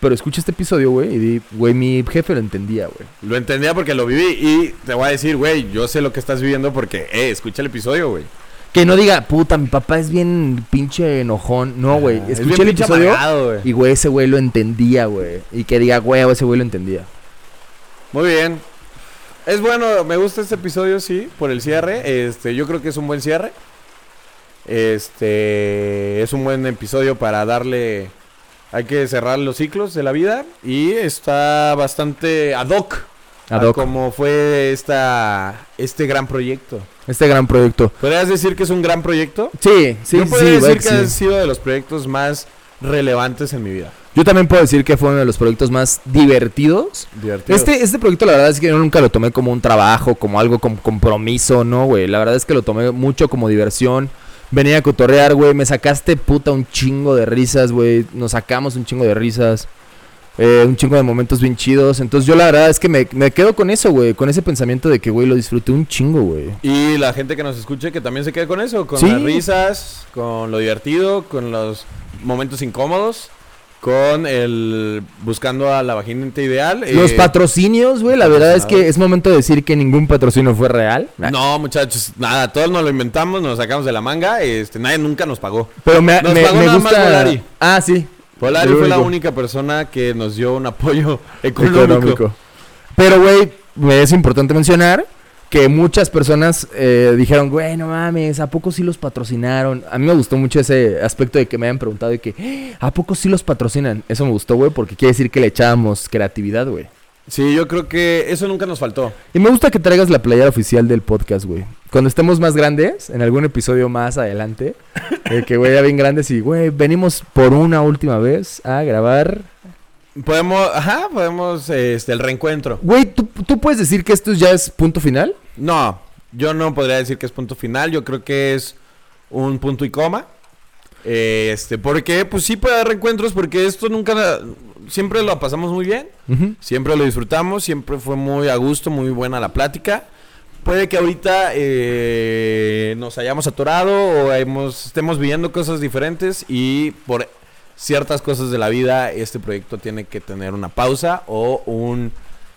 A: Pero escucha este episodio, güey, y di, güey, mi jefe lo entendía, güey.
B: Lo entendía porque lo viví y te voy a decir, güey, yo sé lo que estás viviendo porque, eh, escucha el episodio, güey.
A: Que no diga, puta, mi papá es bien pinche enojón. No, güey.
B: Ah, es
A: Escuché
B: bien
A: el
B: pinche
A: episodio.
B: amargado, güey.
A: Y, güey, ese güey lo entendía, güey. Y que diga, güey, ese güey lo entendía.
B: Muy bien. Es bueno, me gusta este episodio, sí, por el cierre. Este, yo creo que es un buen cierre. Este, es un buen episodio para darle... Hay que cerrar los ciclos de la vida y está bastante ad hoc.
A: Ad
B: a
A: hoc.
B: Como fue esta, este gran proyecto.
A: Este gran proyecto.
B: ¿Podrías decir que es un gran proyecto?
A: Sí, sí,
B: Yo
A: sí,
B: puedo
A: güey,
B: decir que
A: sí.
B: ha sido de los proyectos más relevantes en mi vida.
A: Yo también puedo decir que fue uno de los proyectos más divertidos.
B: Divertido.
A: Este, este proyecto, la verdad es que yo nunca lo tomé como un trabajo, como algo con compromiso, ¿no, güey? La verdad es que lo tomé mucho como diversión. Venía a cotorrear, güey. Me sacaste puta un chingo de risas, güey. Nos sacamos un chingo de risas. eh, un chingo de momentos bien chidos. Entonces, yo la verdad es que me, me quedo con eso, güey. Con ese pensamiento de que, güey, lo disfruté un chingo, güey.
B: Y la gente que nos escuche que también se quede con eso, con
A: Sí.
B: las risas, con lo divertido, con los momentos incómodos, con el buscando a la vagina ideal. eh,
A: Los patrocinios, güey, la verdad es que
B: patrocinador.
A: es momento de decir que ningún patrocinio fue real.
B: No, muchachos, nada, todos nos lo inventamos, nos lo sacamos de la manga, este, nadie nunca nos pagó.
A: Pero me,
B: Nos
A: me-
B: pagó
A: me
B: nada más
A: gusta.
B: Volari.
A: Ah, sí.
B: Polari
A: Lo
B: fue la
A: único.
B: única persona que nos dio un apoyo económico.
A: Económico. Pero, güey, me es importante mencionar que muchas personas eh, dijeron, güey, no mames, ¿a poco sí los patrocinaron? A mí me gustó mucho ese aspecto de que me hayan preguntado y que, ¿a poco sí los patrocinan? Eso me gustó, güey, porque quiere decir que le echábamos creatividad, güey.
B: Sí, yo creo que eso nunca nos faltó.
A: Y me gusta que traigas la playera oficial del podcast, güey. Cuando estemos más grandes, en algún episodio más adelante, eh, que güey, ya bien grandes y, güey, venimos por una última vez a grabar.
B: Podemos, ajá, podemos, este, el reencuentro.
A: Güey, ¿tú, tú puedes decir que esto ya es punto final?
B: No, yo no podría decir que es punto final, yo creo que es un punto y coma. Eh, Este, porque pues sí puede haber reencuentros porque esto nunca siempre lo pasamos muy bien, siempre lo disfrutamos, siempre fue muy a gusto, muy buena la plática. Puede que ahorita eh, nos hayamos atorado o hemos- estemos viviendo cosas diferentes y por ciertas cosas de la vida, este proyecto tiene que tener una pausa o un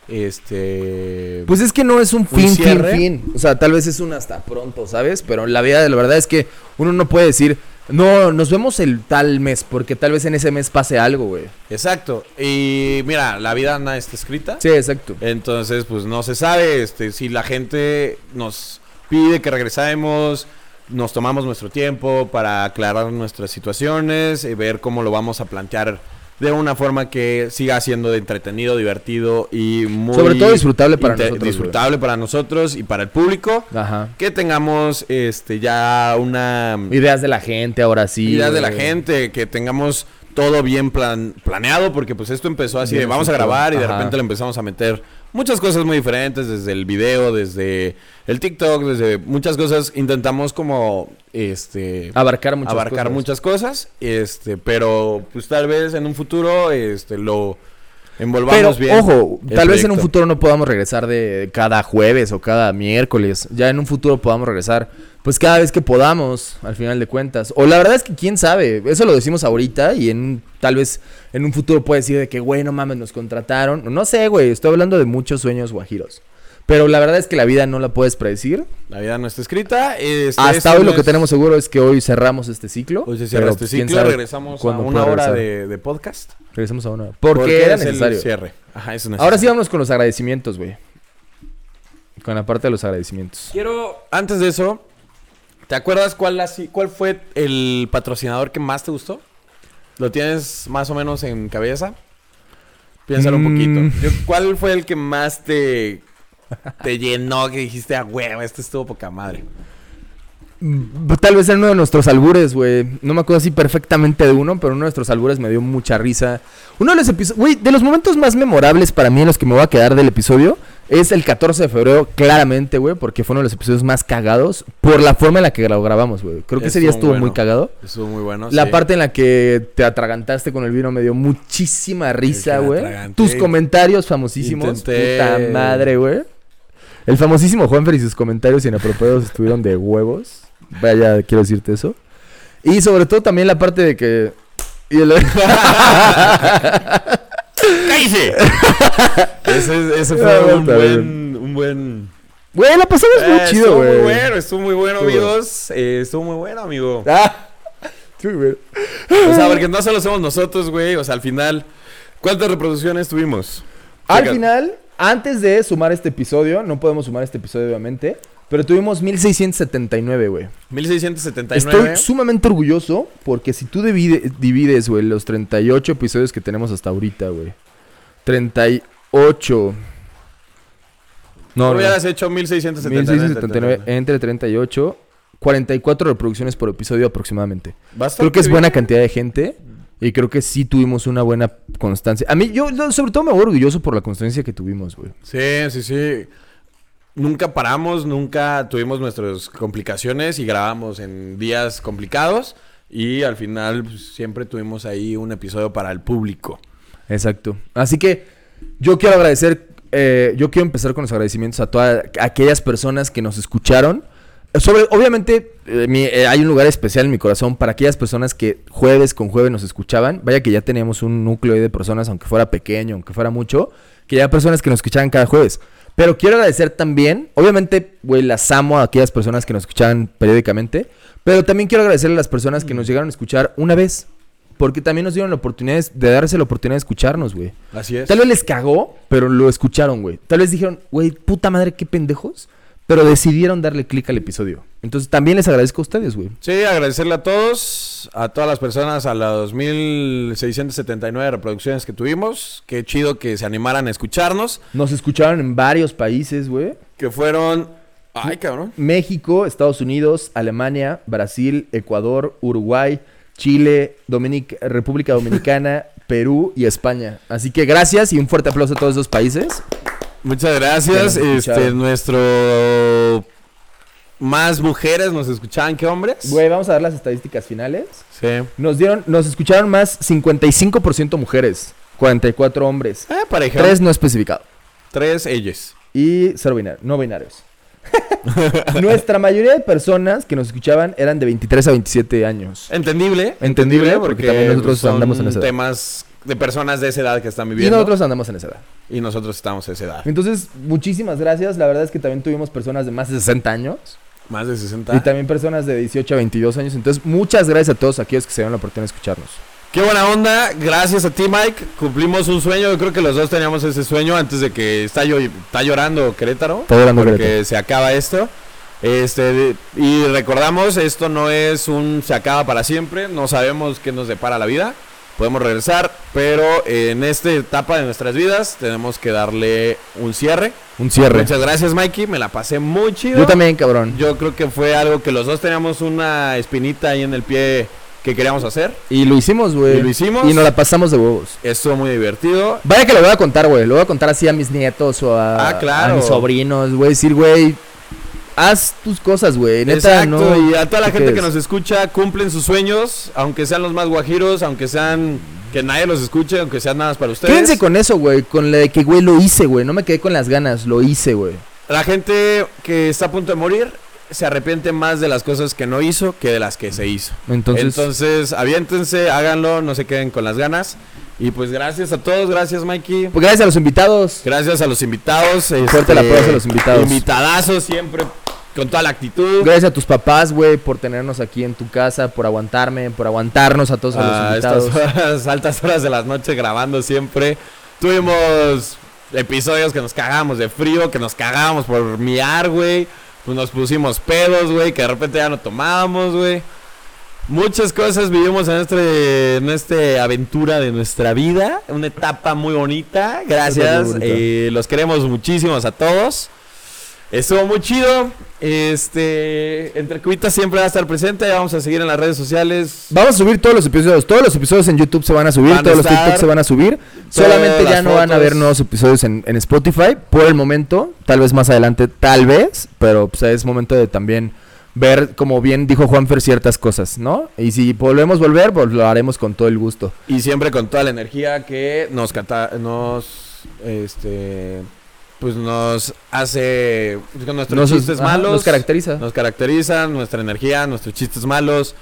B: este
A: Pues es que no es un fin, fin,
B: cierre?
A: fin. O sea, tal vez es un hasta pronto, ¿sabes? Pero la vida, la verdad es que uno no puede decir, no, nos vemos el tal mes, porque tal vez en ese mes pase algo, güey.
B: exacto. Y mira, la vida nada está escrita.
A: Sí, exacto.
B: Entonces, pues no se sabe, este, si la gente nos pide que regresemos, nos tomamos nuestro tiempo para aclarar nuestras situaciones y ver cómo lo vamos a plantear de una forma que siga siendo de entretenido, divertido y muy
A: Sobre todo disfrutable para
B: inte-
A: nosotros, pues. güey.
B: disfrutable para nosotros y para el público,
A: Ajá.
B: que tengamos este ya una
A: Ideas de la gente, ahora sí.
B: ideas de la
A: güey.
B: gente, que tengamos todo bien plan, planeado, porque pues esto empezó así de
A: Bien
B: vamos a
A: hecho.
B: grabar y de
A: Ajá.
B: repente le empezamos a meter muchas cosas muy diferentes, desde el video, desde el TikTok, desde muchas cosas. Intentamos como este
A: Abarcar muchas
B: abarcar
A: cosas.
B: muchas cosas, este, pero pues tal vez en un futuro este lo
A: Pero,
B: envolvamos bien.
A: ojo,
B: el
A: tal vez en un
B: proyecto.
A: futuro no podamos regresar de cada jueves o cada miércoles. Ya en un futuro podamos regresar, pues cada vez que podamos, al final de cuentas. O la verdad es que quién sabe, eso lo decimos ahorita y en tal vez en un futuro puede decir de que, güey, no mames, nos contrataron. No sé, güey, estoy hablando de muchos sueños guajiros. Pero la verdad es que la vida no la puedes predecir.
B: La vida no está escrita. este, este
A: Hasta hoy lo que
B: mes-
A: tenemos seguro es que hoy cerramos este ciclo.
B: Hoy se cierra
A: pero,
B: este
A: pues, quién
B: ciclo,
A: sabe
B: regresamos a
A: cuándo
B: una
A: pueda
B: hora
A: regresar.
B: de, de podcast.
A: Regresamos a una hora. Porque, era
B: es el
A: necesario.
B: cierre. Ajá, es necesario.
A: Ahora sí vámonos con los agradecimientos, güey. Con la parte de los agradecimientos.
B: Quiero, antes de eso, ¿te acuerdas cuál, así, cuál fue el patrocinador que más te gustó? ¿Lo tienes más o menos en cabeza? Piénsalo un
A: Mm.
B: poquito. Yo- ¿Cuál fue el que más te, te llenó? Que dijiste, a huevo, este estuvo poca madre.
A: Mm, Tal vez en uno de nuestros albures, güey. No me acuerdo así perfectamente de uno, pero uno de nuestros albures me dio mucha risa. Uno de los episodios, güey, de los momentos más memorables para mí en los que me voy a quedar del episodio es el 14 de febrero, claramente, güey, porque fue uno de los episodios más cagados por la forma en la que lo grabamos, güey. Creo que ese día estuvo
B: Estuvo
A: muy
B: bueno.
A: cagado.
B: Estuvo muy bueno.
A: La
B: Ah, sí.
A: parte en la que te atragantaste con el vino me dio muchísima risa,
B: me
A: güey.
B: atraganté.
A: Tus comentarios famosísimos.
B: Intenté.
A: Puta madre, güey. El famosísimo Juanfer y sus comentarios inapropiados estuvieron de huevos. Vaya, quiero decirte eso. Y sobre todo también la parte de que. y el-
B: ¡Cállese! ese, ese fue
A: Ah, bueno,
B: un,
A: está
B: buen, un buen...
A: Güey, la pasamos muy
B: Eh,
A: chido,
B: Estuvo muy
A: güey.
B: bueno, estuvo muy bueno,
A: Estuvo bueno.
B: amigos. Eh, estuvo muy bueno, amigo.
A: Ah, estuvo muy bueno.
B: O sea, porque no solo somos nosotros, güey. O sea, al final, ¿cuántas reproducciones tuvimos?
A: Al
B: Checa.
A: final, antes de sumar este episodio, no podemos sumar este episodio, obviamente. Pero tuvimos 1679, güey.
B: 1679.
A: Estoy sumamente orgulloso porque si tú divide- divides, güey, los 38 episodios que tenemos hasta ahorita, güey. 38.
B: No
A: No, no.
B: hubieras hecho 1679.
A: 1679 entre 38. 44 reproducciones por episodio aproximadamente.
B: Bastante
A: eh, Creo que es
B: bien.
A: buena cantidad de gente. Y creo que sí tuvimos una buena constancia. A mí, yo yo sobre todo me voy orgulloso por la constancia que tuvimos, güey.
B: Sí, sí, sí. Nunca paramos, nunca tuvimos nuestras complicaciones y grabamos en días complicados. Y al final pues, siempre tuvimos ahí un episodio para el público.
A: Exacto. Así que yo quiero agradecer, eh, yo quiero empezar con los agradecimientos a todas aquellas personas que nos escucharon. Sobre, obviamente, eh, mi- eh, hay un lugar especial en mi corazón para aquellas personas que jueves con jueves nos escuchaban. Vaya que ya teníamos un núcleo ahí de personas, aunque fuera pequeño, aunque fuera mucho, que ya personas que nos escuchaban cada jueves. Pero quiero agradecer también, obviamente, güey, las amo a aquellas personas que nos escuchaban periódicamente, pero también quiero agradecer a las personas que nos llegaron a escuchar una vez, porque también nos dieron la oportunidad de- de darse la oportunidad de escucharnos, güey.
B: Así es.
A: Tal vez les cagó, pero lo escucharon, güey. Tal vez dijeron, güey, puta madre, qué pendejos. Pero decidieron darle clic al episodio. Entonces también les agradezco a ustedes, güey.
B: Sí, agradecerle a todos, a todas las personas, a las 2.679 reproducciones que tuvimos. Qué chido que se animaran a escucharnos.
A: Nos escucharon en varios países, güey.
B: Que fueron... Ay, cabrón.
A: México, Estados Unidos, Alemania, Brasil, Ecuador, Uruguay, Chile, Dominic- República Dominicana, Perú y España. Así que gracias y un fuerte aplauso a todos esos países.
B: Muchas gracias.
A: Que nos
B: Este,
A: escucharon.
B: nuestro... Más mujeres nos escuchaban que hombres.
A: Güey, vamos a dar las estadísticas finales.
B: Sí. Eh,
A: Nos dieron, nos escucharon más 55% mujeres, 44 hombres,
B: pareja.
A: Tres no especificado.
B: Tres ellas.
A: Y cero binario, no binarios. Nuestra mayoría de personas que nos escuchaban eran de 23 a 27
B: Eh,
A: años.
B: Entendible. pues,
A: Entendible, porque también nosotros
B: son
A: andamos en esa edad.
B: temas de personas de esa edad que están
A: Y
B: viviendo.
A: nosotros andamos en esa edad.
B: y nosotros estamos a esa edad.
A: Entonces, muchísimas gracias. La verdad es que también tuvimos personas de más de 60 años.
B: Más de 60.
A: Y también personas de 18 a 22 años. Entonces, muchas gracias a todos aquellos que se dieron la oportunidad de escucharnos.
B: Qué buena onda, gracias a ti Mike, cumplimos un sueño, yo creo que los dos teníamos ese sueño antes de que está, llo- está llorando Querétaro,
A: Está llorando
B: porque
A: Querétaro.
B: se acaba esto. Este, de- y recordamos, esto no es un se acaba para siempre, no sabemos qué nos depara la vida, podemos regresar, pero en esta etapa de nuestras vidas tenemos que darle un cierre.
A: Un cierre.
B: Muchas gracias Mikey, me la pasé muy chido.
A: Yo también, cabrón.
B: Yo creo que fue algo que los dos teníamos una espinita ahí en el pie que queríamos hacer.
A: Y lo hicimos, güey.
B: Y lo hicimos.
A: Y nos la pasamos de huevos.
B: Estuvo muy divertido.
A: Vaya que lo voy a contar, güey. Lo voy a contar así a mis nietos o a,
B: Ah,
A: a
B: claro.
A: mis sobrinos, güey. Decir, güey, haz tus cosas, güey. Neta,
B: Exacto,
A: no.
B: y a toda la
A: ¿qué
B: gente que
A: es?
B: nos escucha, cumplen sus sueños, aunque sean los más guajiros, aunque sean que nadie los escuche, aunque sean nada más para ustedes.
A: Quédense con eso, güey. Con la de que, güey, lo hice, güey. No me quedé con las ganas. Lo hice, güey.
B: La gente que está a punto de morir se arrepiente más de las cosas que no hizo que de las que se hizo.
A: Entonces,
B: Entonces, aviéntense, háganlo, no se queden con las ganas. Y pues gracias a todos, gracias Mikey.
A: pues gracias a los invitados.
B: Gracias a los invitados.
A: Fuerte el aplauso a los invitados.
B: Invitadazos siempre, con toda la actitud.
A: Gracias a tus papás, güey, por tenernos aquí en tu casa, por aguantarme, por aguantarnos a todos a los
B: a
A: invitados.
B: estas horas, altas horas de las noches grabando siempre. Tuvimos episodios que nos cagábamos de frío, que nos cagábamos por miar, güey. Pues nos pusimos pedos, güey, que de repente ya no tomábamos, güey. Muchas cosas vivimos en este, en este aventura de nuestra vida. Una etapa muy bonita.
A: Etapa
B: Gracias.
A: muy bonita.
B: eh, los queremos muchísimos a todos. Estuvo muy chido. Este, Entre Cubitas siempre va a estar presente. Ya vamos a seguir en las redes sociales.
A: Vamos a subir todos los episodios. Todos los episodios en YouTube se van a subir,
B: Van a
A: todos los
B: estar.
A: TikToks se van a subir. Solamente
B: las
A: ya no van a
B: fotos.
A: haber nuevos episodios en, en Spotify por el momento. Tal vez más adelante, tal vez. Pero pues, es momento de también ver, como bien dijo Juanfer, ciertas cosas, ¿no? Y si volvemos a volver, pues lo haremos con todo el gusto.
B: Y siempre con toda la energía que nos cata- nos este pues nos hace pues, con nuestros
A: Nos-
B: chistes
A: ajá,
B: malos,
A: Nos caracteriza.
B: nos caracterizan nuestra energía, nuestros chistes malos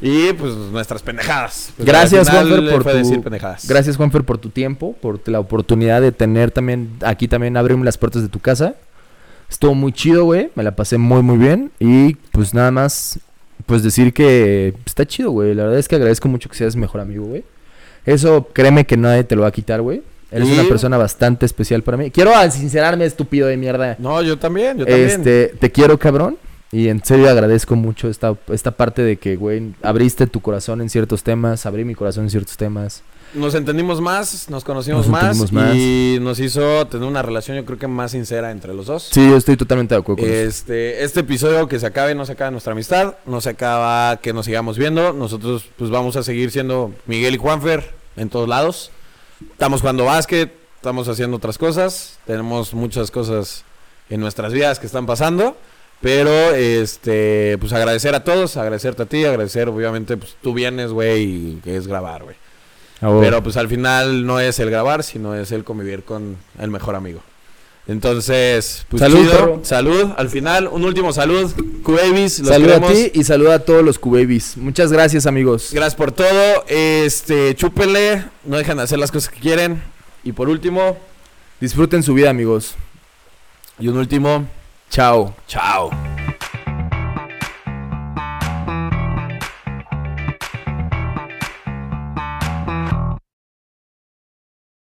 B: y pues nuestras pendejadas. Pues,
A: Gracias,
B: al final,
A: Juanfer, por
B: fue
A: tu-
B: decir pendejadas.
A: Gracias, Juanfer, por tu tiempo, por la oportunidad de tener también. Aquí también abrimos las puertas de tu casa. Estuvo muy chido, güey. Me la pasé muy, muy bien. Y pues nada más, pues decir que está chido, güey. La verdad es que agradezco mucho que seas mi mejor amigo, güey. Eso créeme que nadie te lo va a quitar, güey. Eres
B: Y-
A: una persona bastante especial para mí. Quiero al sincerarme, estúpido de mierda.
B: No, yo también, yo también.
A: Este, te quiero, cabrón. Y en serio agradezco mucho esta, esta parte de que, güey, abriste tu corazón en ciertos temas, abrí mi corazón en ciertos temas.
B: Nos entendimos más, nos conocimos
A: Nos
B: más,
A: entendimos más.
B: y nos hizo tener una relación yo creo que más sincera entre los dos.
A: Sí, yo estoy totalmente de acuerdo con eso.
B: Este, este episodio que se acabe, no se acaba nuestra amistad, no se acaba que nos sigamos viendo. Nosotros, pues vamos a seguir siendo Miguel y Juanfer en todos lados. Estamos jugando básquet, estamos haciendo otras cosas, tenemos muchas cosas en nuestras vidas que están pasando. Pero, este, pues agradecer a todos, agradecerte a ti, agradecer, obviamente, pues tú vienes, güey, y que es grabar, güey.
A: Ah, bueno.
B: Pero pues al final no es el grabar, sino es el convivir con el mejor amigo. Entonces, pues
A: Salud,
B: chido.
A: perro.
B: salud. Al final, un último salud. Cuevis, los
A: saluda
B: queremos.
A: a ti y saluda a todos los Cubabies. Muchas gracias, amigos.
B: Gracias por todo. Este, chúpenle, no dejan de hacer las cosas que quieren. Y por último,
A: Disfruten su vida, amigos.
B: y un último,
A: Chao.
B: chao.